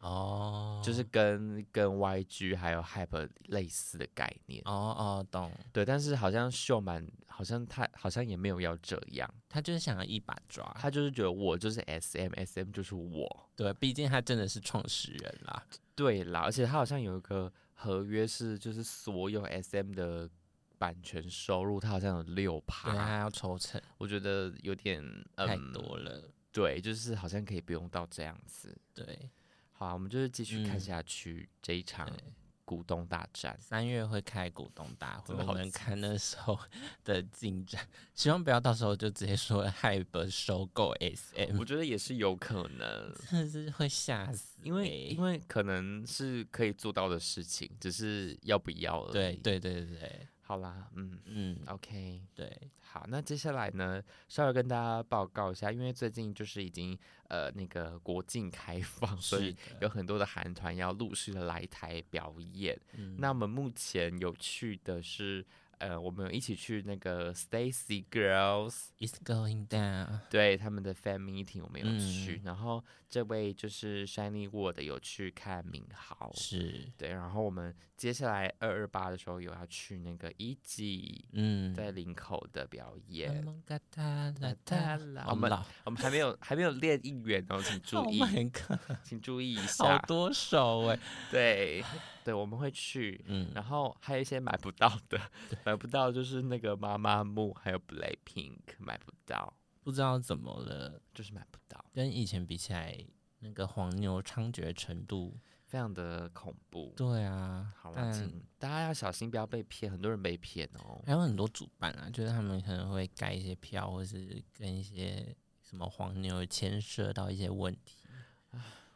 Speaker 3: 哦，
Speaker 2: 就是跟跟 YG 还有 Hype 类似的概念。
Speaker 3: 哦哦，懂，
Speaker 2: 对，但是好像秀满好像他好像也没有要这样，
Speaker 3: 他就是想要一把抓，
Speaker 2: 他就是觉得我就是 S M S M 就是我。
Speaker 3: 对，毕竟他真的是创始人啦，
Speaker 2: 对啦，而且他好像有一个合约是，就是所有 S M 的版权收入，他好像有六
Speaker 3: 对，他
Speaker 2: 趴，
Speaker 3: 要抽成
Speaker 2: 我觉得有点、啊嗯、
Speaker 3: 太多了，
Speaker 2: 对，就是好像可以不用到这样子。
Speaker 3: 对，
Speaker 2: 好啊，我们就是继续看
Speaker 3: 嗯
Speaker 2: 下去、这一场
Speaker 3: 对
Speaker 2: 股东大 战。
Speaker 3: 三月会开股东大会，
Speaker 2: 真的
Speaker 3: 我
Speaker 2: 好
Speaker 3: 们
Speaker 2: 急
Speaker 3: 看那时候的进展， 希望不要到时候就直接说 Hype 收购 SM，
Speaker 2: 我觉得也是有可能，
Speaker 3: 真的是会吓死欸、
Speaker 2: 因为因为可能是可以做到的事情，只是要不要而已。
Speaker 3: 对，对对对对，
Speaker 2: 好啦，嗯
Speaker 3: 嗯，
Speaker 2: ，OK。
Speaker 3: 对，
Speaker 2: 好，那接下来呢，稍微跟大家报告一下，因为最近就是已经呃那个国境开放，所
Speaker 3: 是
Speaker 2: 以
Speaker 3: 的，
Speaker 2: 有很多的韩团要陆续的来台表演。
Speaker 3: 嗯
Speaker 2: 那我们目前有去的是呃，我们有一起去那个 Stacy Girls
Speaker 3: It's going down。
Speaker 2: 对他们的 fan meeting，我们有去。
Speaker 3: 嗯
Speaker 2: 然后这位就是 Shiny Ward 有去看敏豪，
Speaker 3: 是，
Speaker 2: 对。然后我们接下来二二八的时候有要去那个一季
Speaker 3: 嗯，
Speaker 2: 在林口的表演，
Speaker 3: 蒙嘎哒啦哒啦，
Speaker 2: 我们
Speaker 3: 好老
Speaker 2: 我们还没有还没有练应援哦，请注意
Speaker 3: Oh my god，
Speaker 2: 请注意一
Speaker 3: 好
Speaker 2: 下。
Speaker 3: 多首哎，
Speaker 2: 对对，我们会去。
Speaker 3: 嗯，
Speaker 2: 然后还有一些买不到的，买不到就是那个妈妈木，还有 Blackpink 买不到，
Speaker 3: 不知道怎么了，
Speaker 2: 就是买不到，
Speaker 3: 跟以前比起来，那个黄牛猖獗程度，
Speaker 2: 非常的恐怖。
Speaker 3: 对啊，
Speaker 2: 好啦，
Speaker 3: 但
Speaker 2: 请大家要小心，不要被骗，很多人被骗哦。
Speaker 3: 还有很多主办啊，就是他们可能会盖一些票，或是跟一些什么黄牛牵涉到一些问题，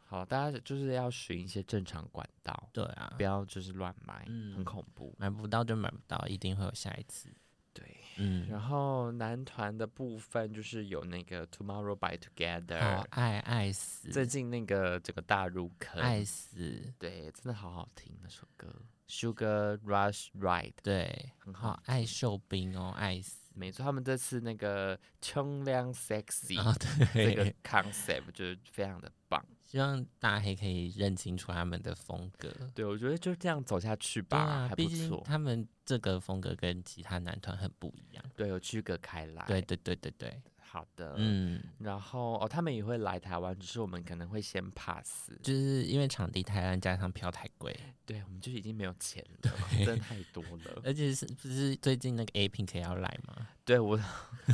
Speaker 2: 好，大家就是要寻一些正常管道，
Speaker 3: 对啊
Speaker 2: 不，要就是乱买，很
Speaker 3: 嗯
Speaker 2: 恐怖。
Speaker 3: 买不到就买不到，一定会有下一次，
Speaker 2: 对，
Speaker 3: 嗯，
Speaker 2: 然后男团的部分就是有那个 Tomorrow by
Speaker 3: 好嗯啊
Speaker 2: Together，
Speaker 3: 爱爱死，
Speaker 2: 最近那个整个大入坑，
Speaker 3: 爱死，
Speaker 2: 对，真的好好听那首歌，Sugar Rush Ride。
Speaker 3: 对，
Speaker 2: 很好
Speaker 3: 好爱秀兵哦，爱死。
Speaker 2: 没错，他们这次那个冲量 sexy、
Speaker 3: 啊，
Speaker 2: 这个
Speaker 3: 对，
Speaker 2: concept 就是非常的棒。
Speaker 3: 希望大黑可以认清楚他们的风格。
Speaker 2: 对，我觉得就这样走下去
Speaker 3: 对
Speaker 2: 吧，
Speaker 3: 啊
Speaker 2: 还，不
Speaker 3: 毕竟
Speaker 2: 错。
Speaker 3: 他们这个风格跟其他男团很不一样。
Speaker 2: 对，有区隔开来。
Speaker 3: 对，对对对对，
Speaker 2: 好的。
Speaker 3: 嗯，
Speaker 2: 然后哦，他们也会来台湾，只是我们可能会先 pass。
Speaker 3: 就是因为场地太烂，加上票太 贵，
Speaker 2: 对，我们就已经没有钱了， 真的太多了。
Speaker 3: 而且是不是最近那个 A Pink 也要来嘛？
Speaker 2: 对我，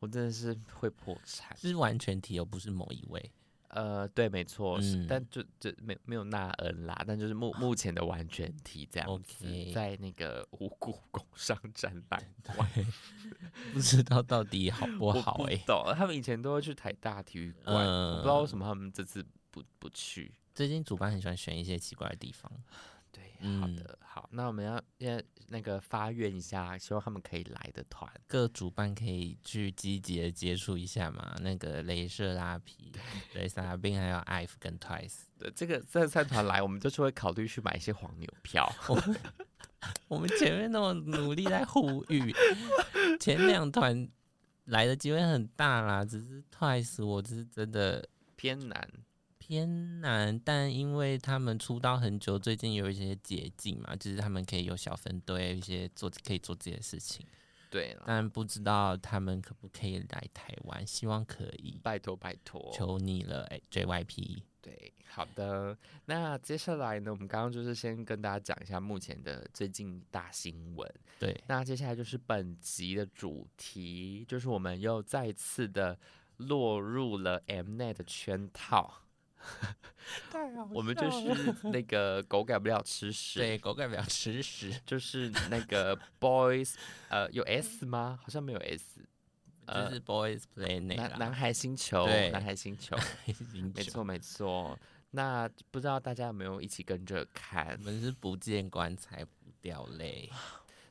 Speaker 2: 我真的是会破产。
Speaker 3: 是完全体又不是某一位，
Speaker 2: 呃，对，没错，是
Speaker 3: 嗯啊
Speaker 2: 但就就没没有纳恩啦，但就是目目前的完全体这样子
Speaker 3: OK
Speaker 2: 在那个五谷 工商展 览馆。
Speaker 3: 不知道到底好不
Speaker 2: 我
Speaker 3: 好
Speaker 2: 不
Speaker 3: 哎、
Speaker 2: 懂，他们以前都会去台大体育馆，我不知道
Speaker 3: 嗯
Speaker 2: 为什么他们这次不不去。
Speaker 3: 最近主办很喜欢选一些奇怪的地方，
Speaker 2: 对，好
Speaker 3: 嗯
Speaker 2: 的，好，那我们要现在那个发愿一下，希望他们可以来的团。
Speaker 3: 各主办可以去积极的接触一下嘛。那个镭射拉皮、 雷萨拉宾还有 IVE 跟 Twice，
Speaker 2: 对，这个这三团来，我们就是会考虑去买一些黄牛票。
Speaker 3: 我们前面那么努力在呼吁，前两团来的机会很大啦，只是 Twice 我只是真的
Speaker 2: 偏南，
Speaker 3: 偏难，但因为他们出道很久，最近有一些捷径嘛，就是他们可以有小分队，一些做可以做这些事情，
Speaker 2: 对了，
Speaker 3: 但不知道他们可不可以来台湾，希望可以，
Speaker 2: 拜托拜托，
Speaker 3: 求你了，哎，JYP，
Speaker 2: 对，好的。那接下来呢，我们刚刚就是先跟大家讲一下目前的最近大新闻。
Speaker 3: 对，
Speaker 2: 那接下来就是本集的主题，就是我们又再次的落入了 Mnet 的圈套。我们就是那个狗改不了吃屎，
Speaker 3: 对，狗改不了吃屎，
Speaker 2: 就是那个 boys，呃，有 s 吗？好像没有 s，
Speaker 3: 就
Speaker 2: 呃
Speaker 3: 是 Boys Planet
Speaker 2: 男男
Speaker 3: 啦，
Speaker 2: 孩星球，
Speaker 3: 对
Speaker 2: 男孩星球，
Speaker 3: 已经
Speaker 2: 没
Speaker 3: 久
Speaker 2: 错没错。那不知道大家有没有一起跟着看
Speaker 3: 我？们是不见棺材不掉 泪，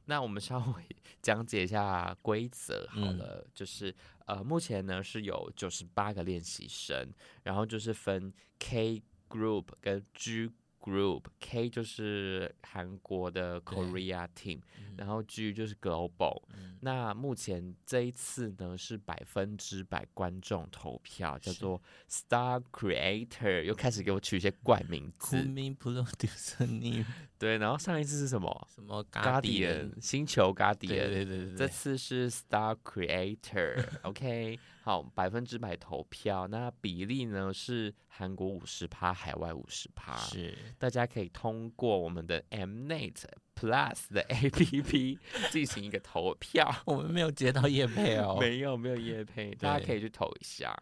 Speaker 2: 那我们稍微 讲解一下规则好
Speaker 3: 嗯
Speaker 2: 了，就是呃，目前呢是有九十八个练习生，然后就是分 K group 跟 G group。K 就是韩国的 Korea team，然后 G 就是 global、
Speaker 3: 嗯
Speaker 2: 那目前这一次呢是百分之百观众投票，叫
Speaker 3: 是
Speaker 2: 做 Star Creator，又开始给我取一些怪名
Speaker 3: 苦
Speaker 2: 字。
Speaker 3: 命 producer 你
Speaker 2: 对，然后上一次是什么
Speaker 3: 什么
Speaker 2: Guardian 星球 Guardian，
Speaker 3: 对对对对
Speaker 2: 这
Speaker 3: 对，
Speaker 2: 次是 Star Creator，OK，、好，百分之百投票。那比例呢是韩国五十趴，海外五十趴。
Speaker 3: 是
Speaker 2: 大家可以通过我们的 Mnet Plus 的 APP 进行一个投票。
Speaker 3: 我们没有接到叶配哦，
Speaker 2: 没有没有夜配，大家可以去投一下。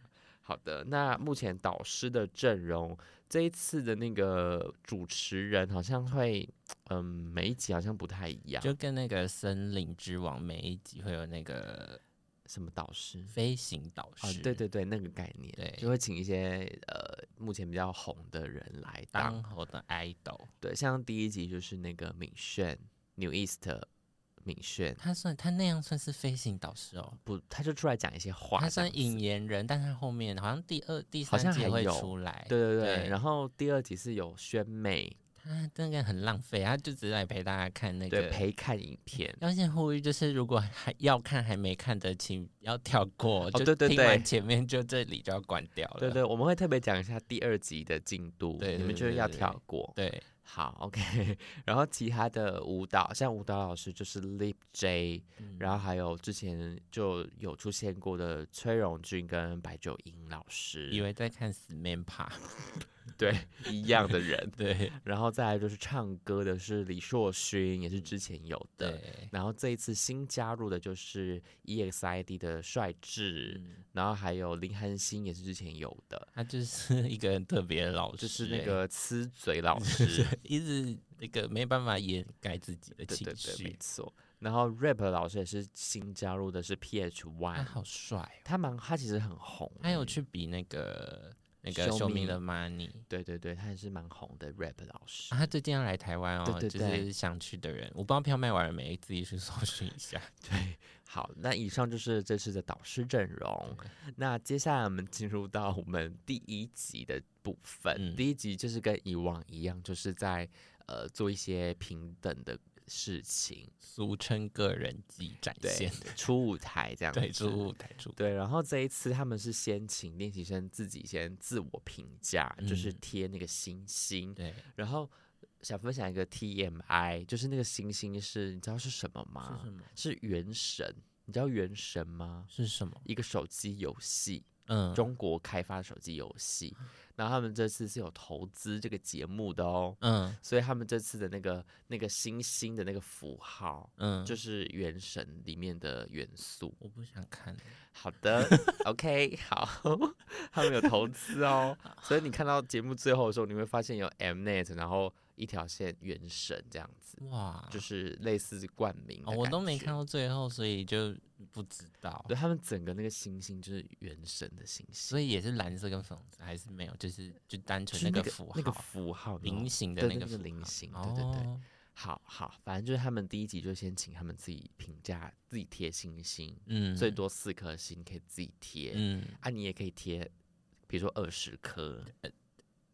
Speaker 2: 好的，那目前导师的阵容，这一次的那个主持人好像会，嗯，每一集好像不太一样。
Speaker 3: 就跟那个森林之王每一集会有那个
Speaker 2: 什么导师？
Speaker 3: 飞行导
Speaker 2: 啊
Speaker 3: 师，，
Speaker 2: 对对对，那个概念，
Speaker 3: 对
Speaker 2: 就会请一些呃目前比较红的人来当，
Speaker 3: 当红的 idol，
Speaker 2: 对，像第一集就是那个敏炫，New East 敏炫，
Speaker 3: 他算他那样算是飞行导师哦，
Speaker 2: 不，他就出来讲一些话，
Speaker 3: 他
Speaker 2: 这
Speaker 3: 算
Speaker 2: 样子
Speaker 3: 引言人，但他后面好像第二第
Speaker 2: 好
Speaker 3: 三
Speaker 2: 像
Speaker 3: 集
Speaker 2: 还
Speaker 3: 会
Speaker 2: 有
Speaker 3: 出来，
Speaker 2: 对对对，
Speaker 3: 对
Speaker 2: 然后第二集是有宣美，
Speaker 3: 啊，真的很浪费，他就只是来陪大家看那
Speaker 2: 对，
Speaker 3: 个。
Speaker 2: 陪看影 片。
Speaker 3: 要先呼吁，就是如果还要看还没看的，请要跳过，就
Speaker 2: 哦对对
Speaker 3: 听
Speaker 2: 对
Speaker 3: 完前面就这里就要关掉了。
Speaker 2: 对对，我们会特别讲一下第二集的进度，
Speaker 3: 对
Speaker 2: 你们
Speaker 3: 对
Speaker 2: 就是
Speaker 3: 对
Speaker 2: 要
Speaker 3: 对
Speaker 2: 跳过。
Speaker 3: 对
Speaker 2: 好，OK。然 后其他的舞蹈，像舞蹈老师就是 Lip J，、然后还有之前就有出现过的崔荣俊跟白九英老
Speaker 3: 以
Speaker 2: 师，
Speaker 3: 为在看死面 趴，
Speaker 2: 对， 一样的人。
Speaker 3: 对
Speaker 2: 然后再来就是唱歌的是李硕勋，也是之前有的。
Speaker 3: 对，
Speaker 2: 然后这一次新加入的就是 E EXID 的帅智，
Speaker 3: 嗯
Speaker 2: 然后还有林涵欣也是之前有的，
Speaker 3: 他就是一个很特别的老师、
Speaker 2: 就是
Speaker 3: 欸
Speaker 2: 那个呲嘴老 师，
Speaker 3: 一直那个没办法掩盖自己的
Speaker 2: 对对
Speaker 3: 情
Speaker 2: 对，没
Speaker 3: 绪，
Speaker 2: 错。然后 rap 老师也是新加入的是 PH
Speaker 3: 他
Speaker 2: One，
Speaker 3: 好帅、哦，
Speaker 2: 他蛮他其实很红，
Speaker 3: 啊他有去比那个那个
Speaker 2: 秀
Speaker 3: 秀
Speaker 2: 明
Speaker 3: 明的 money，
Speaker 2: 对对对，他也是蛮红的 rap 老师
Speaker 3: 啊，。他最近要来台湾哦，
Speaker 2: 对对
Speaker 3: 就
Speaker 2: 对
Speaker 3: 是想去的人，我不知道票卖完了没，自己去搜寻一下。
Speaker 2: 对，好，那以上就是这次的导师阵容。 那接下来我们进入到我们第一集的部分。
Speaker 3: 嗯
Speaker 2: 第一集就是跟以往一样，就是在呃做一些平等的事情，
Speaker 3: 俗称个人技展
Speaker 2: 对
Speaker 3: 现，，
Speaker 2: 出舞台这样子。
Speaker 3: 对，出舞台出，
Speaker 2: 对，然后这一次他们是先请练习生自己先自我评价，就是
Speaker 3: 嗯
Speaker 2: 贴那个星星。
Speaker 3: 对，
Speaker 2: 然后想分享一个 TMI，就是那个星星是你知道是什么吗？
Speaker 3: 么？
Speaker 2: 是原神，你知道原神吗？
Speaker 3: 是什么？
Speaker 2: 一个手机游戏，
Speaker 3: 嗯，
Speaker 2: 中国开发手机游戏。然后他们这次是有投资这个节目的哦，
Speaker 3: 嗯
Speaker 2: 所以他们这次的那个那个星星的那个符号。
Speaker 3: 嗯，
Speaker 2: 就是是《原神》里面的元素。
Speaker 3: 我不想看，
Speaker 2: 好的，OK，好，他们有投资哦，所以你看到节目最后的时候，你会发现有 Mnet，然后一条线《原神》这样子，
Speaker 3: 哇，
Speaker 2: 就是类似冠名、
Speaker 3: 嗯哦，我都没看。到最后，所以就不知道。
Speaker 2: 对他们整个那个星星就是原神的星星，
Speaker 3: 所以也是蓝色跟粉红色，还是没有，就是就单
Speaker 2: 就
Speaker 3: 纯
Speaker 2: 是
Speaker 3: 那个
Speaker 2: 那个
Speaker 3: 符号，
Speaker 2: 那个符号你知道吗
Speaker 3: 菱形的那
Speaker 2: 对对
Speaker 3: 个
Speaker 2: 那个
Speaker 3: 符
Speaker 2: 菱
Speaker 3: 号
Speaker 2: 形对对对
Speaker 3: 哦
Speaker 2: 好好，反正就是他们第一集就先请他们自己评价，自己贴星星，
Speaker 3: 嗯，
Speaker 2: 最多四颗星可以自己贴，
Speaker 3: 嗯，
Speaker 2: 啊，你也可以贴，比如说二十颗，
Speaker 3: 呃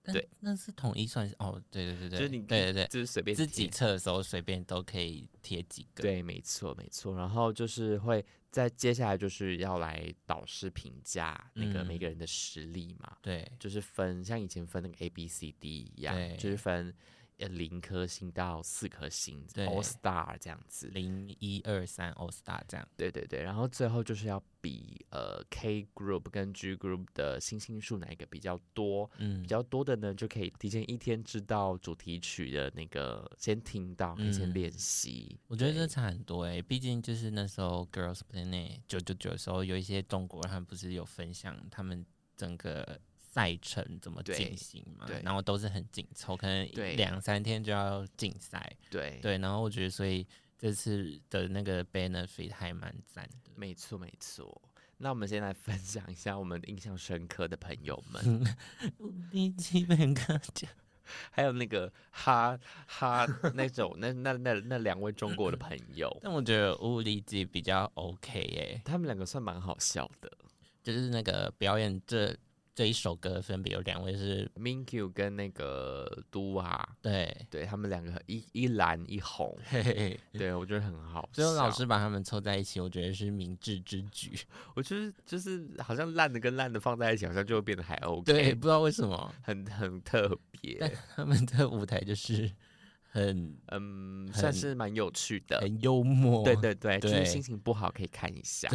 Speaker 3: 但
Speaker 2: 对，
Speaker 3: 那是统一算是哦，对对对对，
Speaker 2: 就是你
Speaker 3: 对对
Speaker 2: 就是随
Speaker 3: 对，
Speaker 2: 便
Speaker 3: 自
Speaker 2: 贴
Speaker 3: 己测的时候随便都可以贴几个，，
Speaker 2: 对，没错，没错。然后就是会在接下来就是要来导师评价那个
Speaker 3: 嗯
Speaker 2: 每个人的实力嘛，
Speaker 3: 对
Speaker 2: 就是分像以前分那个 A B C D 一样，就是
Speaker 3: 对
Speaker 2: 分呃零颗星到四颗星，All
Speaker 3: 对
Speaker 2: Star 这样子。
Speaker 3: 零一二三 All Star 这样，
Speaker 2: 对对对，然后最后就是要比呃 K Group 跟 G Group 的星星数哪一个比较多。
Speaker 3: 嗯
Speaker 2: 比，较多的呢，就可以提前一天知道主题曲的那个，先听到，可以先
Speaker 3: 嗯
Speaker 2: 练习。
Speaker 3: 我觉得这
Speaker 2: 对
Speaker 3: 差很多哎、毕竟就是那时候 Girls Planet 九九九的时候，有一些中国人他们不是有分享他们整个赛程怎么
Speaker 2: 对
Speaker 3: 进行嘛
Speaker 2: 对，
Speaker 3: 然后都是很紧凑，可能
Speaker 2: 对
Speaker 3: 两三天就要竞赛，
Speaker 2: 对
Speaker 3: 对，然后我觉得所以这次的那个 benefit 还蛮赞的，
Speaker 2: 没错，没错。那我们先来分享一下我们印象深刻的朋友们，
Speaker 3: 你基本跟讲，
Speaker 2: 还有那个哈哈那种那那那那两位中国的朋 友，
Speaker 3: 但我觉得物理基比较 OK 哎、
Speaker 2: 他们两个算蛮好笑的。
Speaker 3: 就是那个表演这这一首歌分别有两位是
Speaker 2: Minku 跟那个都啊，
Speaker 3: 对。
Speaker 2: 对他们两个一一蓝一红，
Speaker 3: 嘿嘿嘿
Speaker 2: 对我觉得很好 笑。
Speaker 3: 最后老师把他们凑在一起，我觉得是明智之 举。
Speaker 2: 我就是就是好像烂的跟烂的放在一起，好像就会变得还 OK，
Speaker 3: 对， 不知道为什么
Speaker 2: 很很特别
Speaker 3: 但，他们的舞台就是很
Speaker 2: 嗯，算
Speaker 3: 很
Speaker 2: 是蛮有趣的。
Speaker 3: 很幽默。
Speaker 2: 呃对，对对，就是
Speaker 3: 对
Speaker 2: 心情不好可以看一下。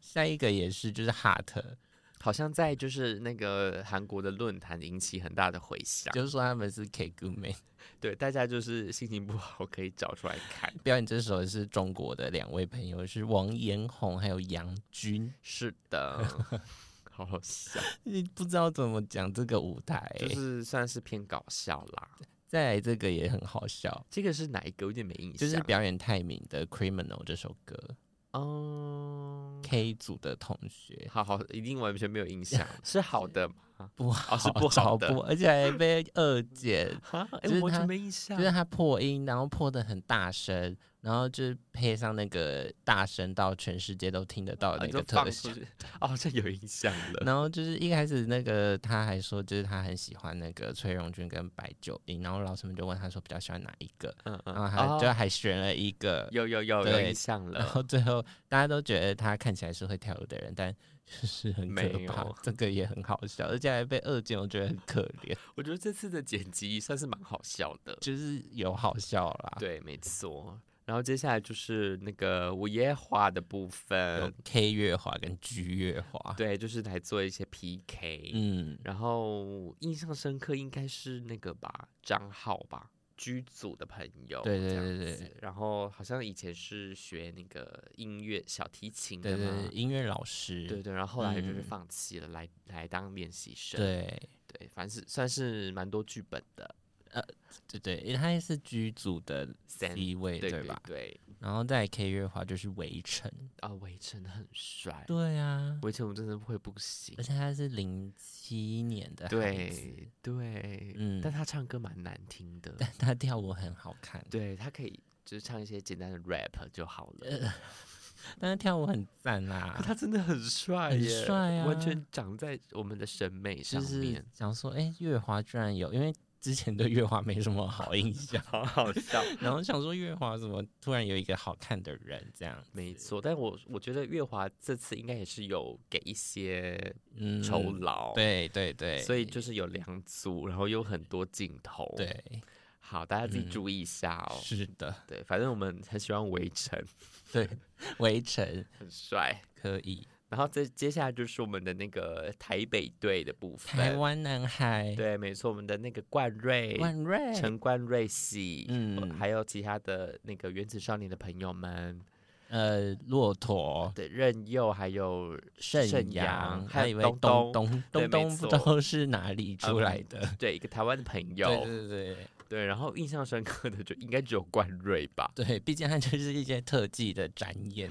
Speaker 3: 下一个也是就是 Hart，
Speaker 2: 好像在就是那个韩国的论坛引起很大的回响，
Speaker 3: 就是说他们是 K 歌妹。
Speaker 2: 对大家就是心情不好可以找出来看。
Speaker 3: 表演这首的是中国的两位朋友，是王彦宏还有杨军。
Speaker 2: 是的，好好笑，哎
Speaker 3: 你 不知道怎么讲这个舞台、
Speaker 2: 就是算是偏搞笑啦。
Speaker 3: 再来这个也很好笑，
Speaker 2: 这个是哪一个？有点没印象。
Speaker 3: 就是表演泰明的《Criminal》这首歌
Speaker 2: 嗯，
Speaker 3: ，K 组的同学
Speaker 2: 好好，一定完全没有 印象，是好的 吗？
Speaker 3: 不好，
Speaker 2: 是不好
Speaker 3: 找
Speaker 2: 的
Speaker 3: 不而且还被二姐
Speaker 2: 哈，哎、
Speaker 3: 就是
Speaker 2: 我完
Speaker 3: 他
Speaker 2: 全没印象
Speaker 3: 就。是他破音，然后破的很大声，然后就配上那个大声到全世界都听得到的
Speaker 2: 啊
Speaker 3: 那
Speaker 2: 你
Speaker 3: 个
Speaker 2: 就
Speaker 3: 特
Speaker 2: 放
Speaker 3: 效
Speaker 2: 出。去，哦，这有影响了。
Speaker 3: 然后就是一开始那个他还说，就是他很喜欢那个崔荣君跟白九英，然后老师们就问他说比较喜欢哪一个，
Speaker 2: 嗯嗯
Speaker 3: 然后他
Speaker 2: 哦
Speaker 3: 就还选了一个，
Speaker 2: 有有有有
Speaker 3: 对
Speaker 2: 影响
Speaker 3: 然
Speaker 2: 了，
Speaker 3: 后最后大家都觉得他看起来是会跳舞的人，但就是很可
Speaker 2: 没
Speaker 3: 怕
Speaker 2: 有，
Speaker 3: 这个也很好笑，而且还被二剪，我觉得很可怜，
Speaker 2: 我觉得这次的剪辑算是蛮好笑的。
Speaker 3: 就是有好笑啦，
Speaker 2: 对，没错。然后接下来就是那个午夜话的部
Speaker 3: 有
Speaker 2: 分，
Speaker 3: K 月华跟 G 月华，
Speaker 2: 呃对，就是来做一些 PK。
Speaker 3: 嗯，
Speaker 2: 然后印象深刻应该是那个吧，张浩吧，剧组的朋友，
Speaker 3: 对对
Speaker 2: 这样
Speaker 3: 对对
Speaker 2: 子。然后好像以前是学那个音乐小提琴
Speaker 3: 对
Speaker 2: 的
Speaker 3: 对
Speaker 2: 嘛，
Speaker 3: 对，音乐老师，
Speaker 2: 对对然后后来就是
Speaker 3: 嗯
Speaker 2: 放弃了，来来当练习生。
Speaker 3: 对
Speaker 2: 对，反正是算是蛮多剧本的。
Speaker 3: 对对，因为他也是剧组的
Speaker 2: Sam，
Speaker 3: C 位
Speaker 2: 对
Speaker 3: 吧？
Speaker 2: 对，
Speaker 3: 然后再来 K 月华就是围城，
Speaker 2: 啊，围城很帅，
Speaker 3: 对啊，
Speaker 2: 围城我真的会不行
Speaker 3: 而。且他是零七年的孩子，
Speaker 2: 对对，
Speaker 3: 嗯
Speaker 2: 但他唱歌蛮难听的，
Speaker 3: 但他跳舞很好看，
Speaker 2: 对他可以就是唱一些简单的 rap 就好了。
Speaker 3: 但他跳舞很赞啦
Speaker 2: 可，呃他真的很帅
Speaker 3: 很
Speaker 2: 耶，
Speaker 3: 帅啊
Speaker 2: 完全长在我们的审美
Speaker 3: 就
Speaker 2: 上
Speaker 3: 是
Speaker 2: 面，，
Speaker 3: 想说，哎、月华居然有，因为之前对月华没什么好印象
Speaker 2: 好好笑。
Speaker 3: 然后想说月华怎么突然有一个好看的人这样，
Speaker 2: 没错，但我我觉得月华这次应该也是有给一些
Speaker 3: 嗯，
Speaker 2: 酬劳，，
Speaker 3: 对对对，
Speaker 2: 所以就是有两组，然后有很多镜头，，
Speaker 3: 对，
Speaker 2: 好，大家自己
Speaker 3: 嗯
Speaker 2: 注意一下哦。
Speaker 3: 是的，
Speaker 2: 对，反正我们很喜欢围城，
Speaker 3: 对，围城
Speaker 2: 很帅。
Speaker 3: 可以，
Speaker 2: 然后这接下来就是我们的那个台北队的部分，
Speaker 3: 台湾男孩，
Speaker 2: 呃对，没错，我们的那个冠瑞，
Speaker 3: 万瑞，
Speaker 2: 陈冠瑞系，
Speaker 3: 嗯
Speaker 2: 嗯，还有其他的那个原子少年的朋友们，
Speaker 3: 呃，骆驼，
Speaker 2: 对，任佑，还有
Speaker 3: 盛
Speaker 2: 阳，
Speaker 3: 阳，
Speaker 2: 还
Speaker 3: 还
Speaker 2: 有
Speaker 3: 有
Speaker 2: 东
Speaker 3: 东
Speaker 2: 东，
Speaker 3: 东
Speaker 2: 对
Speaker 3: 东
Speaker 2: 没
Speaker 3: 东，
Speaker 2: 错
Speaker 3: 不知道是哪里出
Speaker 2: 嗯
Speaker 3: 来的。
Speaker 2: 对，一个台湾的朋友，
Speaker 3: 对对对
Speaker 2: 对然后印象深刻的就应该只有冠瑞吧。
Speaker 3: 对，毕竟它就是一些特技的展 演。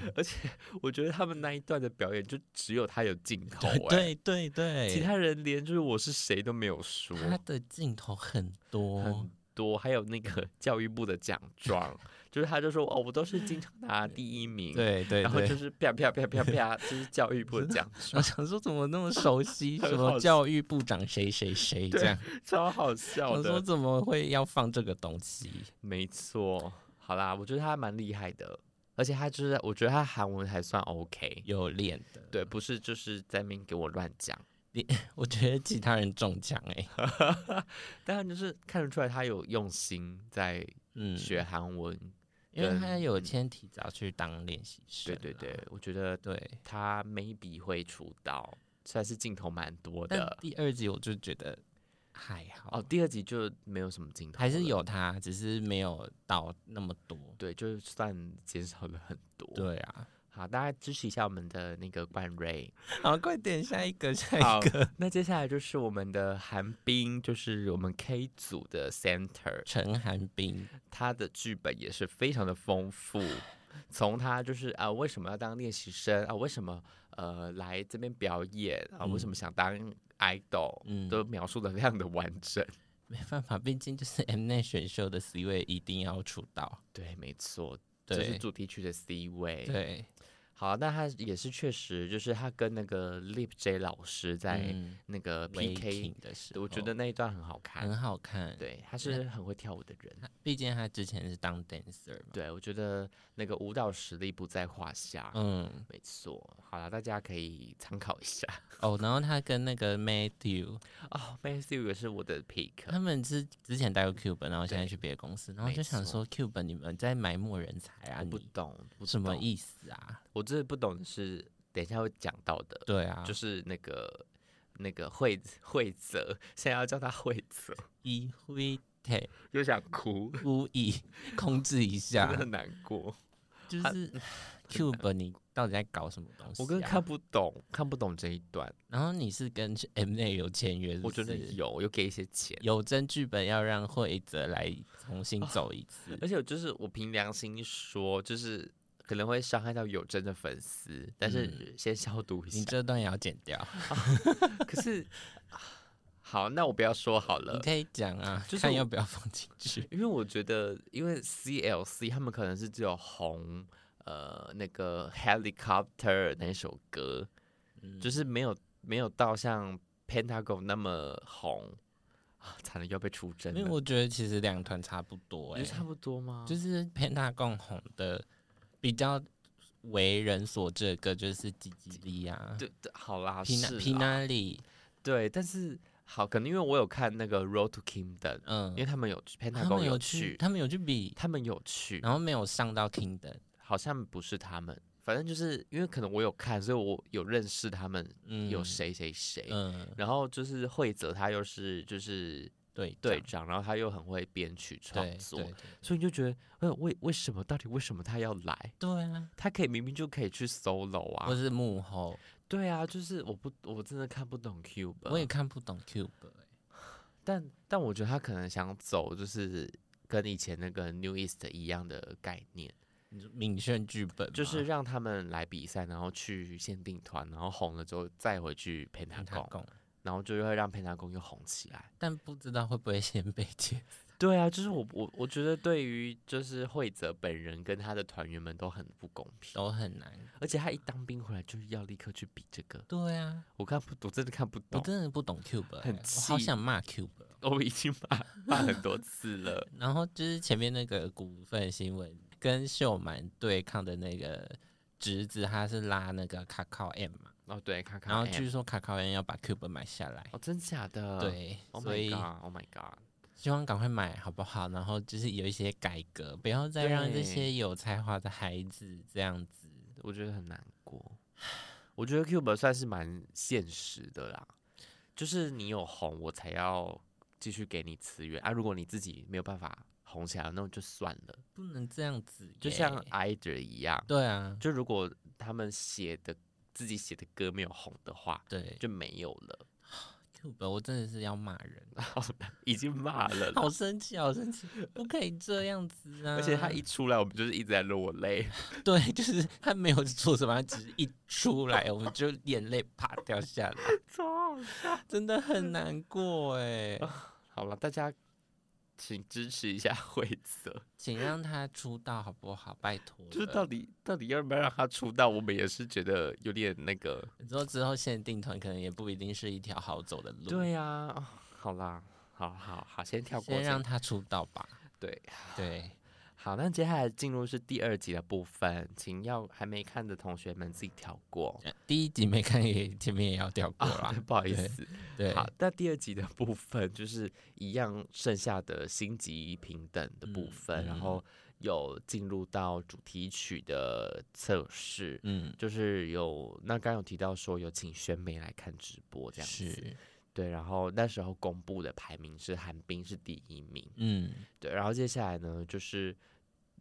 Speaker 2: 我觉得他们那一段的表演就只有他有镜头、哎，
Speaker 3: 对对对，
Speaker 2: 其他人连就是我是谁都没有说，
Speaker 3: 它的镜头很多
Speaker 2: 很，多，还有那
Speaker 3: 嗯
Speaker 2: 个教育部的奖 状，就是他就说哦，我都是经常拿第一名，，
Speaker 3: 对对
Speaker 2: 然后
Speaker 3: 对
Speaker 2: 就。是啪啪啪啪啪，就是教育部的奖
Speaker 3: 我 想说怎么 那么熟悉，
Speaker 2: 很
Speaker 3: 什
Speaker 2: 好
Speaker 3: 么教育部长谁谁谁
Speaker 2: 对
Speaker 3: 这样，
Speaker 2: 超好笑
Speaker 3: 我说
Speaker 2: 的，
Speaker 3: 怎么会要放这个东西？
Speaker 2: 没错。好啦，我觉得他蛮厉害的，而且他就是，我觉得他韩文还算 OK，
Speaker 3: 有练的，
Speaker 2: 对，不是就是在那边给我乱讲。
Speaker 3: 我觉得其他人中奖哎、
Speaker 2: 当然就是看得出来他有用心在
Speaker 3: 嗯，
Speaker 2: 学韩文，
Speaker 3: 因为他
Speaker 2: 跟
Speaker 3: 有先提早去当练习生
Speaker 2: 对
Speaker 3: 啦，
Speaker 2: 对对，我觉得
Speaker 3: 对，
Speaker 2: 他 maybe 会出道，虽然是镜头蛮多
Speaker 3: 但
Speaker 2: 的。
Speaker 3: 第二集我就觉得还好，
Speaker 2: 哦，第二集就没有什么镜头，
Speaker 3: 还是。有他，只是没有到那么多。
Speaker 2: 对，就是算减少了很多。，
Speaker 3: 对 啊，
Speaker 2: 好，大家支持一下我们的那个冠瑞。
Speaker 3: 好，快点下一个，下
Speaker 2: 好
Speaker 3: 一个，
Speaker 2: 那接下来就是我们的韩冰，就是我们 K 组的 Center，
Speaker 3: 陈寒冰，
Speaker 2: 他的剧本也是非常的丰富。从他就是啊、为什么要当练习生啊、为什么呃来这边表演啊、为什么想当 idol，、
Speaker 3: 嗯
Speaker 2: 都描述的非常的完整。
Speaker 3: 没办法，毕竟就是 M 内选秀的 C 位一定要出道。
Speaker 2: 对，没错，这
Speaker 3: 对
Speaker 2: 是主题曲的 C 位。
Speaker 3: 对，
Speaker 2: 好，那他也是确实，就是他跟那个 Lip J 老师在
Speaker 3: 嗯哦
Speaker 2: 那个 PK，、
Speaker 3: Waking 的时候，
Speaker 2: 我觉得那一段很好看。
Speaker 3: 很好看。，
Speaker 2: 对，他是很会跳舞的人。
Speaker 3: 毕竟他之前是当 dancer 嘛。
Speaker 2: 对，我觉得那个舞蹈实力不在话下。
Speaker 3: 嗯，
Speaker 2: 没错，好了，大家可以参考一下。
Speaker 3: 哦，然后他跟那个 Matthew，
Speaker 2: 哦 m a t h e 也是我的 pick，
Speaker 3: 他们之之前待过 Q 本，然后现在去别的公司，然后
Speaker 2: 没
Speaker 3: 就想
Speaker 2: 错
Speaker 3: 说 Q 本你们在埋没人才啊，
Speaker 2: 我不
Speaker 3: 你
Speaker 2: 懂，不
Speaker 3: 什么
Speaker 2: 懂？
Speaker 3: 意思啊？
Speaker 2: 我真的不懂的是，等一下会讲到的，
Speaker 3: 对啊，
Speaker 2: 就是那个那个惠惠泽，现在要叫他惠泽，
Speaker 3: 一挥腿
Speaker 2: 又想哭，
Speaker 3: 故意 控制一
Speaker 2: 真
Speaker 3: 下
Speaker 2: 的，很难过。
Speaker 3: 就
Speaker 2: 他
Speaker 3: 是 Cube 你到底在搞什么东西、啊？
Speaker 2: 我根本看，不懂，看不懂这一段。
Speaker 3: 然后你是跟 M A 有签约是不
Speaker 2: 我
Speaker 3: 是，
Speaker 2: 觉得有有给一些钱，
Speaker 3: 有真剧本要让惠泽来重新走一 次，
Speaker 2: 而且我就是我凭良心说，就是可能会伤害到有真的粉丝，但是先消毒一
Speaker 3: 嗯你
Speaker 2: 下。
Speaker 3: 这段也要剪掉。
Speaker 2: 可是啊好，那我不要说好 了
Speaker 3: 你。可以讲啊，
Speaker 2: 就是
Speaker 3: 看
Speaker 2: 我
Speaker 3: 要不要放进去。
Speaker 2: 因为我觉得，因为 CLC 他们可能是只有红呃那个 Helicopter 那首歌，
Speaker 3: 嗯
Speaker 2: 就是没有没有到像 Pentagon 那么红啊，惨了又要被出征
Speaker 3: 因为
Speaker 2: 了。
Speaker 3: 我觉得其实两团差不多、
Speaker 2: 我
Speaker 3: 欸，
Speaker 2: 觉得差不多吗？
Speaker 3: 就是是 Pentagon 红的比较为人所知的歌就是《吉吉利》啊，
Speaker 2: 对，对好啦，
Speaker 3: 皮娜
Speaker 2: 是啊
Speaker 3: 皮
Speaker 2: 啦
Speaker 3: 娜里，
Speaker 2: 对，但是好，可能因为我有看那个 Road to Kingdom，
Speaker 3: 嗯
Speaker 2: 因为，他们有去
Speaker 3: 他
Speaker 2: Pentagon
Speaker 3: 们有去，
Speaker 2: 去，
Speaker 3: 他们嗯有去比，
Speaker 2: 他们有去，
Speaker 3: 然后没有上到 Kingdom，
Speaker 2: 好像不是他们，反正就是因为可能我有看，所以我有认识他们
Speaker 3: 嗯，
Speaker 2: 有？谁谁谁，
Speaker 3: 嗯，
Speaker 2: 然后就是惠泽，他又是就是
Speaker 3: 对
Speaker 2: 队
Speaker 3: 长
Speaker 2: 长，然后他又很会编曲创
Speaker 3: 对
Speaker 2: 作
Speaker 3: 对，对
Speaker 2: 所以你就觉得，呃，为为什么到底为什么他要来？
Speaker 3: 对啊，
Speaker 2: 他可以明明就可以去 solo
Speaker 3: 或
Speaker 2: 啊，
Speaker 3: 是幕后，
Speaker 2: 对啊，就是我不我真的看不懂 Cube，
Speaker 3: 我也看不懂 Cube，欸
Speaker 2: 但但我觉得他可能想走就是跟以前那个 New East 一样的概念，
Speaker 3: 你说敏炫剧本
Speaker 2: 就是
Speaker 3: 吗
Speaker 2: 让他们来比赛，然后去限定团，然后红了之后再回去 Pentagon，
Speaker 3: Pentagon，
Speaker 2: 然后就会让 Pentagon 又红起来。
Speaker 3: 但不知道会不会先被接
Speaker 2: 对啊，就是我我我觉得对于就是惠泽本人跟他的团员们都很不公平，
Speaker 3: 都很难。
Speaker 2: 而且他一当兵回来就是要立刻去比这个，
Speaker 3: 对啊，
Speaker 2: 我看不，我真的看不
Speaker 3: 我
Speaker 2: 懂，
Speaker 3: 真的不懂 Cube，欸
Speaker 2: 很
Speaker 3: 我好
Speaker 2: 气
Speaker 3: 想骂 Cube 哦。。
Speaker 2: 我已经骂骂很多次了
Speaker 3: 然后就是前面那个股份新闻跟秀满对抗的那个侄子，他是拉那个卡靠 M 嘛，
Speaker 2: 哦，对，看看
Speaker 3: 然后
Speaker 2: M
Speaker 3: 据说卡靠 M 要把 Cube 买下来，
Speaker 2: 哦，真假的？
Speaker 3: 对，
Speaker 2: ，Oh
Speaker 3: 所
Speaker 2: my
Speaker 3: 以
Speaker 2: god，Oh my god，
Speaker 3: 希望赶快买好不好？然后就是有一些改革，不要再让这
Speaker 2: 对
Speaker 3: 些有才华的孩子这样子。
Speaker 2: 我觉得很难过。我觉得 Cube 算是蛮现实的啦，就是你有红，我才要继续给你资源啊。如果你自己没有办法红起来，那就算了，
Speaker 3: 不能这样子耶，
Speaker 2: 就像 Ida 一样。
Speaker 3: 对啊，
Speaker 2: 就如果他们写的自己写的歌没有红的话，
Speaker 3: 对
Speaker 2: 就没有了，
Speaker 3: Cube，我真的是要骂人，
Speaker 2: 已经骂了 啦。
Speaker 3: 好生气，好生气，不可以这样子啊！
Speaker 2: 而且他一出来，我们就是一直在落泪。
Speaker 3: 对， 就是他没有做什么，他只是一出来，我们就眼泪啪掉下来， 真的很难过哎。
Speaker 2: 好了，大家请支持一下惠泽，
Speaker 3: 请让他出道好不好？拜托了。
Speaker 2: 就是到底到底要不要让他出道，我们也是觉得有点那个。
Speaker 3: 你说之后限定团可能也不一定是一条好走的路，，
Speaker 2: 对呀、啊，好啦，好好好，先跳过
Speaker 3: 先
Speaker 2: 这
Speaker 3: 让
Speaker 2: 个。啊
Speaker 3: 他出道吧。
Speaker 2: 对，
Speaker 3: 对，
Speaker 2: 好，那接下来进入是第二集的部分，请要还没看的同学们自己跳过。
Speaker 3: 呃第一集没看也前面也要掉过啦。
Speaker 2: 不好意
Speaker 3: 对
Speaker 2: 思，
Speaker 3: 对，
Speaker 2: 啊好，那第二集的部分就是一样，剩下的星级平等的部
Speaker 3: 嗯
Speaker 2: 分，
Speaker 3: 嗯
Speaker 2: 然后有进入到主题曲的测试，
Speaker 3: 嗯，
Speaker 2: 就是有那刚刚有提到说有请选美来看直播这样子，
Speaker 3: 是，
Speaker 2: 对，然后那时候公布的排名是韩冰是第一名，
Speaker 3: 嗯
Speaker 2: 对，然后接下来呢就是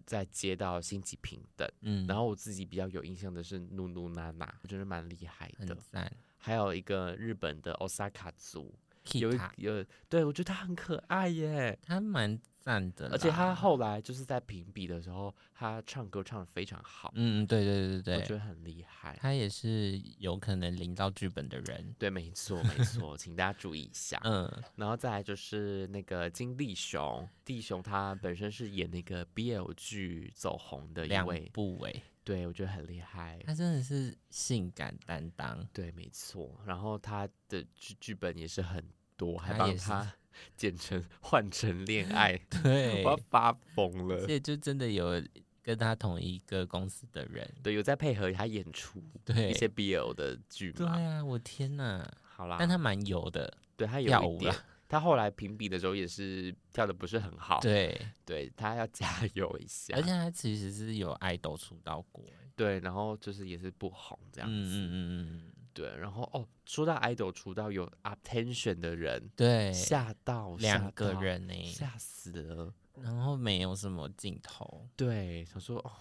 Speaker 2: 再接到星级平等，
Speaker 3: 嗯，
Speaker 2: 然后我自己比较有印象的是努努娜娜，我觉得蛮厉害的
Speaker 3: 很，赞，
Speaker 2: 还有一个日本的 Osaka 族。有一
Speaker 3: Kita，
Speaker 2: 有，对我觉得他很可爱耶，
Speaker 3: 他蛮赞的啦，
Speaker 2: 而且他后来就是在评比的时候，他唱歌唱的非常好，
Speaker 3: 嗯，嗯，对对对对
Speaker 2: 我
Speaker 3: 对
Speaker 2: 觉，得很厉害。
Speaker 3: 他也是有可能领到剧本的人。
Speaker 2: 对，没错，没错，请大家注意一下。
Speaker 3: 嗯，
Speaker 2: 然后再来就是那个金立雄，弟雄他本身是演那个 BL 剧走红的一
Speaker 3: 两哎
Speaker 2: 位，
Speaker 3: 部位，
Speaker 2: 对我觉得很厉害。
Speaker 3: 他真的是性感担 当，
Speaker 2: 对，没错。然后他的剧剧本也是很多，还
Speaker 3: 他
Speaker 2: 帮
Speaker 3: 也是
Speaker 2: 他 简称换成恋爱，我
Speaker 3: 对
Speaker 2: 要发疯了
Speaker 3: 而。且就真的有跟他同一个公司的人，
Speaker 2: 对，有在配合他演出
Speaker 3: 对
Speaker 2: 一些 BL 的剧
Speaker 3: 对
Speaker 2: 嘛。
Speaker 3: 啊，我天哪！
Speaker 2: 好啦，
Speaker 3: 但他蛮油的，
Speaker 2: 对他
Speaker 3: 跳
Speaker 2: 有一
Speaker 3: 舞啊
Speaker 2: 点
Speaker 3: 啦，
Speaker 2: 他后来评比的时候也是跳的不是很好，
Speaker 3: 对，
Speaker 2: 对他要加油一下
Speaker 3: 而。且他其实是有爱豆出道过，欸
Speaker 2: 对，然后就是也是不红
Speaker 3: 嗯
Speaker 2: 这样
Speaker 3: 嗯
Speaker 2: 子。
Speaker 3: 嗯嗯嗯，
Speaker 2: 对，然后哦，说到 idol 出道有 attention 的人，
Speaker 3: 对，
Speaker 2: 吓到
Speaker 3: 两
Speaker 2: 吓
Speaker 3: 个
Speaker 2: 到
Speaker 3: 人呢，
Speaker 2: 吓死了。
Speaker 3: 然后没有什么镜头，
Speaker 2: 对，想说哦，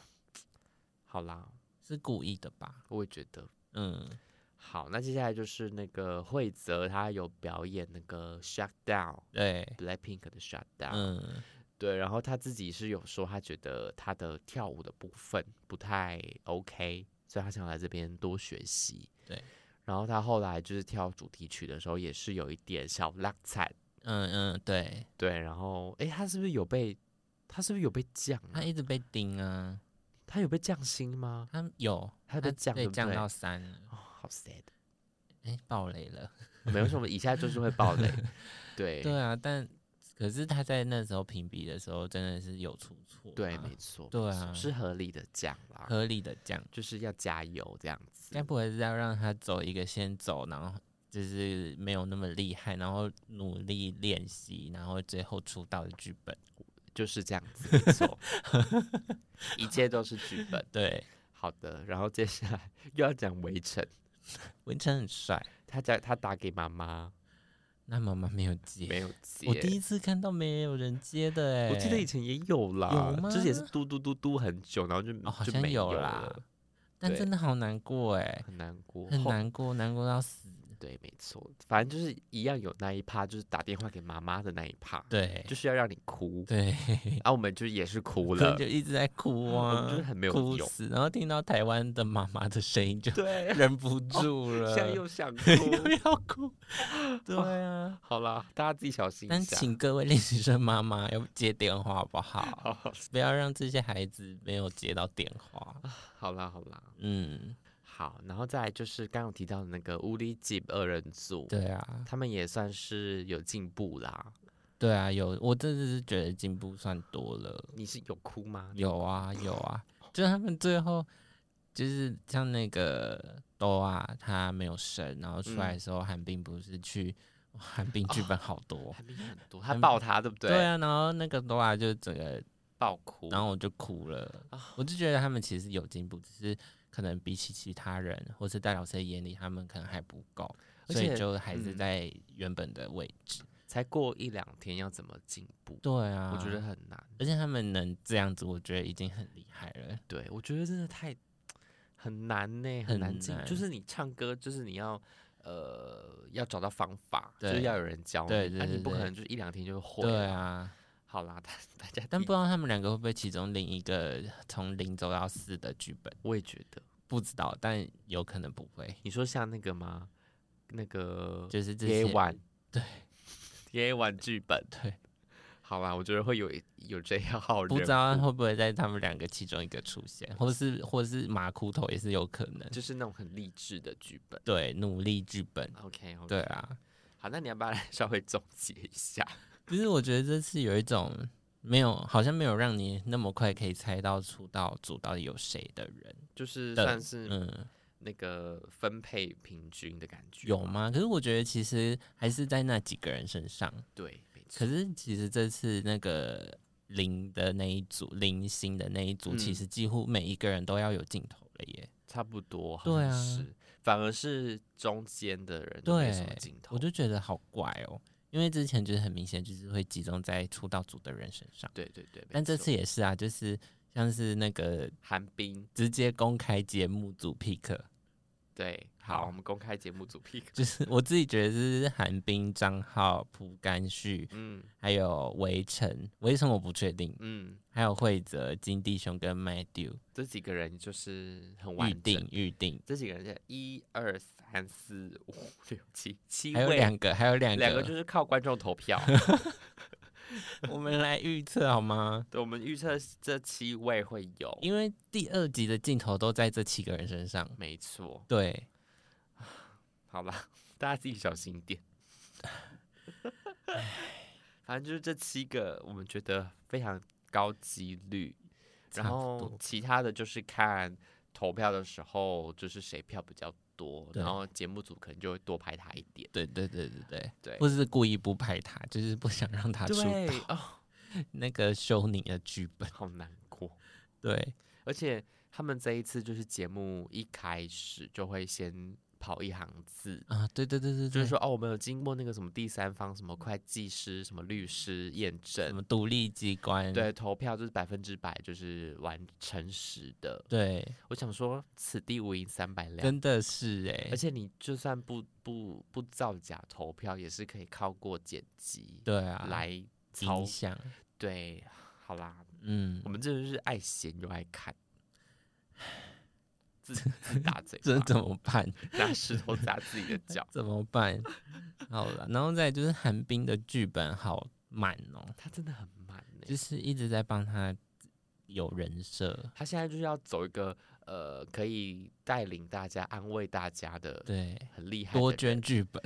Speaker 2: 好啦，
Speaker 3: 是故意的吧？
Speaker 2: 我也觉得。
Speaker 3: 嗯，
Speaker 2: 好，那接下来就是那个惠泽，他有表演那个 Shutdown
Speaker 3: 对，
Speaker 2: Blackpink 的 Shutdown，、
Speaker 3: 嗯，
Speaker 2: 对，然后他自己是有说，他觉得他的跳舞的部分不太 OK，所以他想来这边多学习。
Speaker 3: 对，
Speaker 2: 然后他后来就是跳主题曲的时候，也是有一点小拉惨，
Speaker 3: 嗯嗯，对，
Speaker 2: 对。然后，诶，他是不是有被他是不是有被降、啊
Speaker 3: 他？一直被盯啊，
Speaker 2: 他有被降薪吗？
Speaker 3: 他有，
Speaker 2: 他被降对
Speaker 3: 被
Speaker 2: 不
Speaker 3: 降
Speaker 2: 对
Speaker 3: 到三了，
Speaker 2: 哦，好 sad。
Speaker 3: 哎、爆雷了。
Speaker 2: 没有什么，以下就是会 爆雷。对
Speaker 3: 对啊，但可是他在那时候评比的时候，真的是有出错啊、
Speaker 2: 对，没错，
Speaker 3: 对
Speaker 2: 没错
Speaker 3: 啊
Speaker 2: 是合理的降啦，
Speaker 3: 合理的降，
Speaker 2: 就是要加油这样子
Speaker 3: 该。不会是要让他走一个先走，然后就是没有那么厉害，然后努力练习，然后最后出道的剧本？
Speaker 2: 就是这样子，没 错，一切都是剧本。
Speaker 3: 对，
Speaker 2: 好的，然后接下来又要讲围城，
Speaker 3: 文成很帅，
Speaker 2: 他讲他打给妈妈，
Speaker 3: 那妈妈没有接，
Speaker 2: 没有接。
Speaker 3: 我第一次看到没有人接的哎、
Speaker 2: 我记得以前也有啦，
Speaker 3: 有
Speaker 2: 就是也是
Speaker 3: 吗
Speaker 2: 嘟嘟嘟嘟很久，然后就、
Speaker 3: 哦，好
Speaker 2: 就
Speaker 3: 像
Speaker 2: 没有
Speaker 3: 啦
Speaker 2: 了，，
Speaker 3: 但
Speaker 2: 对
Speaker 3: 真的好难过哎、
Speaker 2: 很难过，
Speaker 3: 很
Speaker 2: 后。
Speaker 3: 难过，难过到死。
Speaker 2: 对，没错，反正就是一样有那一趴，就是打电话给妈妈的那一趴，
Speaker 3: 对，
Speaker 2: 就是要让你哭。
Speaker 3: 对，
Speaker 2: 啊，我们就也是哭
Speaker 3: 所以
Speaker 2: 了
Speaker 3: 就，一直在哭
Speaker 2: 我
Speaker 3: 啊，
Speaker 2: 们就是很没有
Speaker 3: 哭
Speaker 2: 用
Speaker 3: 死。然后听到台湾的妈妈的声音，就
Speaker 2: 对， 哦
Speaker 3: 忍不住了，
Speaker 2: 现在又想哭。
Speaker 3: 又要哭。对啊，
Speaker 2: 好啦，大家自己小心
Speaker 3: 但
Speaker 2: 一下。
Speaker 3: 请各位练习生妈妈要接电话好不好？
Speaker 2: 好，
Speaker 3: 不要让这些孩子没有接到电话。
Speaker 2: 好啦，好啦，
Speaker 3: 嗯，
Speaker 2: 好，然后再来就是刚刚有提到的那个乌里吉二人组，
Speaker 3: 对啊，
Speaker 2: 他们也算是有进步啦。
Speaker 3: 对啊，有，我真的是觉得进步算多了。
Speaker 2: 你是有哭吗？
Speaker 3: 有啊，有啊，就是他们最后就是像那个多啊，他没有生，然后出
Speaker 2: 嗯
Speaker 3: 来的时候，韩冰不是去哇韩冰剧本好多，
Speaker 2: 还没有很多，他抱他对哦 不对？
Speaker 3: 对，啊，然后那个多啊就整个，
Speaker 2: 抱哭。
Speaker 3: 然后我就哭了，
Speaker 2: 啊
Speaker 3: 我就觉得他们其实有进步，只是可能比起其他人或是戴老师的眼里，他们可能还不够，
Speaker 2: 而
Speaker 3: 所以
Speaker 2: 且
Speaker 3: 就还是
Speaker 2: 嗯
Speaker 3: 在原本的位置。
Speaker 2: 才过一两天，要怎么进步？
Speaker 3: 对啊，
Speaker 2: 我觉得，很难。
Speaker 3: 而且他们能这样子，我觉得已经很厉害了。
Speaker 2: 对，我觉得真的太很难呢、
Speaker 3: 很
Speaker 2: 很难进。就
Speaker 3: 难
Speaker 2: 是你唱歌，就是你要呃要找到方法，就是
Speaker 3: 对
Speaker 2: 要有人教你，
Speaker 3: 对对
Speaker 2: 啊你
Speaker 3: 对
Speaker 2: 不可
Speaker 3: 对
Speaker 2: 能就一两天就会。
Speaker 3: 对，啊，
Speaker 2: 好啦， 大大家
Speaker 3: 但
Speaker 2: 听
Speaker 3: 不知道他们两个会不会其中另一个从零走到四的剧本，
Speaker 2: 我也觉得，
Speaker 3: 不知道，但有可能不会。
Speaker 2: 你说像那个吗？那个
Speaker 3: 就是 这些
Speaker 2: A 晚
Speaker 3: 对
Speaker 2: A 晚剧本，
Speaker 3: 对，
Speaker 2: 好啦，我觉得会有有这样好人物，
Speaker 3: 不知道会不会在他们两个其中一个出现，或是或是马苦头也是有可能。
Speaker 2: 就是那种很励志的剧本。
Speaker 3: 对，努力剧本，
Speaker 2: OK，, o k
Speaker 3: 对，啊，
Speaker 2: 好，那你要不要来 稍微总结一下？
Speaker 3: 就是我觉得这次有一种没有，好像没有让你那么快可以猜到出道组到底有谁的人。
Speaker 2: 就是
Speaker 3: 的
Speaker 2: 算是
Speaker 3: 嗯，
Speaker 2: 那个分配平均的感觉，
Speaker 3: 有？吗？可是我觉得其实还是在那几个人身上。
Speaker 2: 对，没错。
Speaker 3: 可是其实这次那个零的那一组，零星的那一组，
Speaker 2: 嗯
Speaker 3: 其实几乎每一个人都要有镜头了耶。
Speaker 2: 差不多，好像
Speaker 3: 对啊
Speaker 2: 是，反而是中间的人都没什么
Speaker 3: 对
Speaker 2: 镜头，
Speaker 3: 我就觉得好怪哦，因为之前就是很明显就是会集中在出道组的人身上，
Speaker 2: 对对对，没
Speaker 3: 但这
Speaker 2: 错
Speaker 3: 次也是啊，就是像是那个
Speaker 2: 韩冰
Speaker 3: 直接公开节目组 pick，
Speaker 2: 对，好，
Speaker 3: 好
Speaker 2: 我们公开节目组 pick，
Speaker 3: 就是我自己觉得是韩冰、张浩、蒲甘旭，
Speaker 2: 嗯
Speaker 3: 还有围城，围城我不确定，
Speaker 2: 嗯，
Speaker 3: 还有惠泽、金弟兄跟 Matthew
Speaker 2: 这几个人就是很
Speaker 3: 预
Speaker 2: 完
Speaker 3: 定
Speaker 2: 整，
Speaker 3: 预定。
Speaker 2: 这几个人是一二三四五 六七七
Speaker 3: 还有
Speaker 2: 位，
Speaker 3: 两个，还有两个，
Speaker 2: 两个就是靠观众投 票，
Speaker 3: 我们来预测好吗？
Speaker 2: 对，我们预测这七位会有，
Speaker 3: 因为第二集的镜头都在这七个人身上。
Speaker 2: 没错，
Speaker 3: 对，
Speaker 2: 好啦，大家自己小心一点。反正就是这七个，我们觉得非常高几率，然
Speaker 3: 差不
Speaker 2: 后
Speaker 3: 多
Speaker 2: 其他的就是看投票的时候，就是谁票比较多，
Speaker 3: 对
Speaker 2: 然后节目组可能就会多拍他一点。
Speaker 3: 对对对对对，
Speaker 2: 对，
Speaker 3: 或是故意不拍他，就是不想让他出
Speaker 2: 对哦，
Speaker 3: 那个修你的剧本。
Speaker 2: 好难过。
Speaker 3: 对
Speaker 2: 而且他们这一次就是节目一开始就会先跑一行字，
Speaker 3: 啊，对对对对对，
Speaker 2: 就是说哦，我们有经过那个什么第三方什么会计师、什么律师验证
Speaker 3: 什，么独立机关，
Speaker 2: 对，投票就是百分之百就是完诚实的。
Speaker 3: 对，
Speaker 2: 我想说，此地无银三百两，
Speaker 3: 真的是哎、
Speaker 2: 啊而且你就算不不不造假投票，也是可以靠过剪辑
Speaker 3: 对啊，
Speaker 2: 来操
Speaker 3: 影。响，
Speaker 2: 对，好啦，
Speaker 3: 嗯
Speaker 2: 我，们真的是爱闲又爱看，自自打 嘴
Speaker 3: 这
Speaker 2: 巴，
Speaker 3: 怎么办？
Speaker 2: 拿石头砸自 己的脚。
Speaker 3: 怎么办？好了，然后再就是韩冰的剧本好满哦，
Speaker 2: 他真的很慢呢、
Speaker 3: 就是一直在帮他有人设，
Speaker 2: 他现在就是要走一个呃，可以带领大家、安慰大家的，
Speaker 3: 对，
Speaker 2: 很厉害的人。
Speaker 3: 多捐剧本，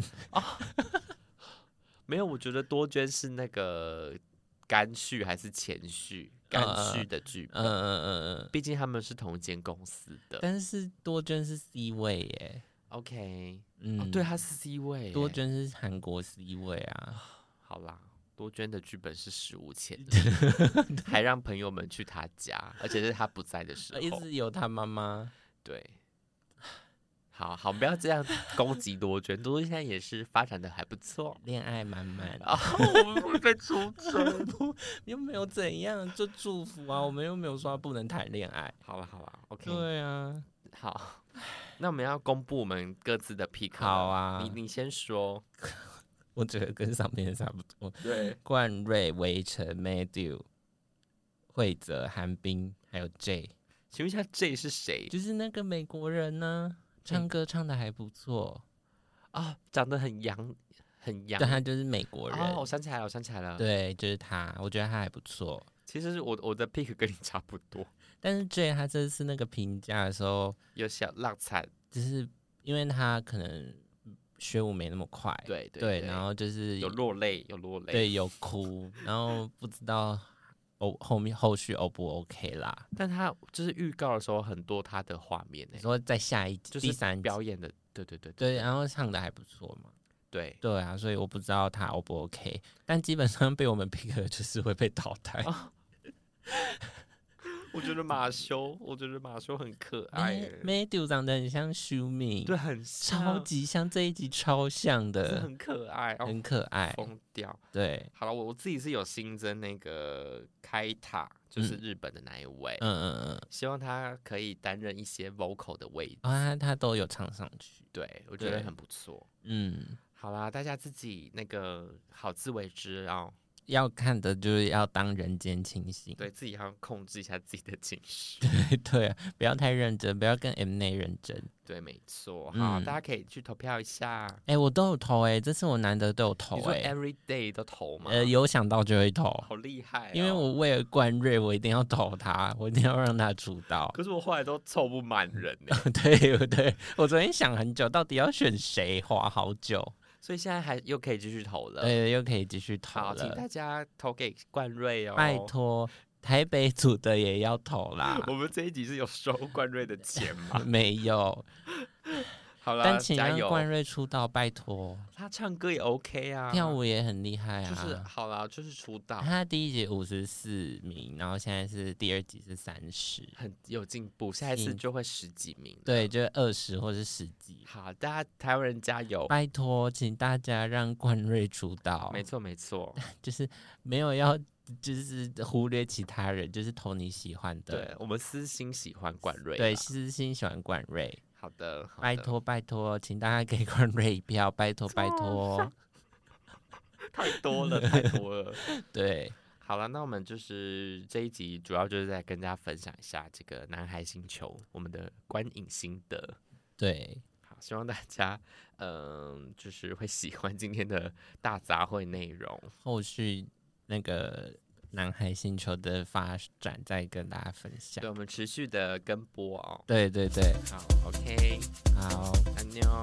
Speaker 2: 没有，我觉得多捐是那个干续还是前续？
Speaker 3: 嗯
Speaker 2: 干
Speaker 3: 嗯嗯
Speaker 2: 续的剧
Speaker 3: 嗯
Speaker 2: 本，
Speaker 3: 嗯嗯嗯，
Speaker 2: 毕竟他们是同一间公司的。
Speaker 3: 但是多捐是 C 位耶，
Speaker 2: OK，、
Speaker 3: 嗯，
Speaker 2: 哦，对，他是 C 位耶，
Speaker 3: 多捐是韩国 C 位啊，
Speaker 2: 好啦，多娟的剧本是史无 前例，还让朋友们去他家，而且是他不在的时
Speaker 3: 一
Speaker 2: 候。
Speaker 3: 直有他妈妈，
Speaker 2: 对，好好，不要这样攻击多娟，多娟现在也是发展的还 不错。
Speaker 3: 恋爱满满，
Speaker 2: 啊，我们会被出征。
Speaker 3: 又没有怎样，就祝福啊，我们又没有说他不能谈恋爱，
Speaker 2: 好了好了，OK，
Speaker 3: 对啊，
Speaker 2: 好，那我们要公布我们各自的 pick 了
Speaker 3: 好啊
Speaker 2: 你你先说。
Speaker 3: 我觉得跟上面的差不多，
Speaker 2: 对，
Speaker 3: 冠瑞、围城、Madu、惠泽、韩冰，还有 J，
Speaker 2: 请问一下 J 是谁
Speaker 3: 就是那个美国人呢、唱歌唱的还不错，
Speaker 2: 啊？长得很洋，很洋
Speaker 3: 对，。他就是美国人，
Speaker 2: 哦，我想起来了，我想起来了。，
Speaker 3: 对，就是他，我觉得他还不错。
Speaker 2: 其实我我的 pick 跟你差不多。
Speaker 3: 但是 J 他这次那个评价的时候，
Speaker 2: 有小浪惨，
Speaker 3: 就是因为他可能学舞没那么快，
Speaker 2: 对
Speaker 3: 然后就是
Speaker 2: 有落泪，有落泪，，
Speaker 3: 对有哭，然后不知道哦后面后续 O 不 OK 啦？
Speaker 2: 但他就是预告的时候很多他的画面呢
Speaker 3: 你，说在下一集、
Speaker 2: 就
Speaker 3: 第
Speaker 2: 是
Speaker 3: 三集
Speaker 2: 表演的，对对对
Speaker 3: 对，然后唱的还不错嘛。
Speaker 2: 对，
Speaker 3: 对啊，所以我不知道他 O 不 OK，但基本上被我们 pick 的就是会被淘汰。
Speaker 2: 哦我觉得马修，我觉得马修很可爱
Speaker 3: 哎
Speaker 2: 欸，
Speaker 3: ，Madu 长得很像 Shumi，
Speaker 2: 对，，很
Speaker 3: 超
Speaker 2: 像，
Speaker 3: 级像这一集超像
Speaker 2: 真的
Speaker 3: 的，
Speaker 2: 很可爱，哦
Speaker 3: 很可爱。
Speaker 2: 疯掉。
Speaker 3: 对，
Speaker 2: 好了，我我自己是有新增那个开塔，就是
Speaker 3: 嗯
Speaker 2: 日本的那一位，
Speaker 3: 嗯嗯嗯，
Speaker 2: 希望他可以担任一些 vocal 的位置，
Speaker 3: 啊、他他都有唱上去。
Speaker 2: 对我觉得
Speaker 3: 对
Speaker 2: 很不错。
Speaker 3: 嗯，
Speaker 2: 好啦，大家自己那个好自为之哦，
Speaker 3: 要看的就是要当人间清醒。
Speaker 2: 对自己要控制一下自己的情绪。
Speaker 3: 对 对啊，不要太认真，不要跟 M 内认真。
Speaker 2: 对，没错。好，
Speaker 3: 嗯
Speaker 2: 大家可以去投票一下。
Speaker 3: 哎、我都有投哎、这次我难得都有投
Speaker 2: 你说
Speaker 3: 哎、
Speaker 2: every day 都投吗？
Speaker 3: 呃，有想到就会投，
Speaker 2: 好厉害哦、
Speaker 3: 因为我为了冠瑞，我一定要投他，我一定要让他出道。
Speaker 2: 可是我后来都凑不满人呢，
Speaker 3: 对不对？我昨天想很久，到底要选谁，花好久。
Speaker 2: 所以现在还又可以继续投了。
Speaker 3: 对，又可以继续投
Speaker 2: 呃好，请
Speaker 3: 了，
Speaker 2: 大家投给冠瑞哦，
Speaker 3: 拜。托，台北组的也要投啦？
Speaker 2: 。我们这一集是有收冠瑞的钱吗
Speaker 3: 没有，
Speaker 2: 好啦，
Speaker 3: 但请
Speaker 2: 加
Speaker 3: 让
Speaker 2: 油！
Speaker 3: 冠瑞出道，拜托。
Speaker 2: 他唱歌也 OK 啊，
Speaker 3: 跳舞也很厉害啊，啊
Speaker 2: 就是好啦，就是出道
Speaker 3: 他第一集五十四名，然后现在是第二集是三十，
Speaker 2: 很有进步，下一次
Speaker 3: 行
Speaker 2: 就会十几名。
Speaker 3: 对，，就是二十或是十几。
Speaker 2: 好，大家台湾人加油！
Speaker 3: 拜托，请大家让冠瑞出道，
Speaker 2: 没错，没 错。
Speaker 3: 就是没有要，就是忽略其他人，就是投你喜欢
Speaker 2: 对
Speaker 3: 的，
Speaker 2: 我们私心喜欢冠瑞。啊
Speaker 3: 对，，私心喜欢冠瑞，
Speaker 2: 好的，好
Speaker 3: 拜
Speaker 2: 的。
Speaker 3: 托拜托，请大家给冠瑞一票，拜 托拜托，
Speaker 2: 太多 了，太多了。
Speaker 3: 对，
Speaker 2: 好了，那我们就是这一集主要就是在跟大家分享一下这个《男孩星球》我们的观影心得。
Speaker 3: 对，
Speaker 2: 好，希望大家嗯、就是会喜欢今天的大杂烩内容。
Speaker 3: 后续那个南海星球的发展再跟大家分享
Speaker 2: 对，。我们持续的跟播哦。
Speaker 3: 对对对，
Speaker 2: 好，OK，
Speaker 3: 好，
Speaker 2: 安妞。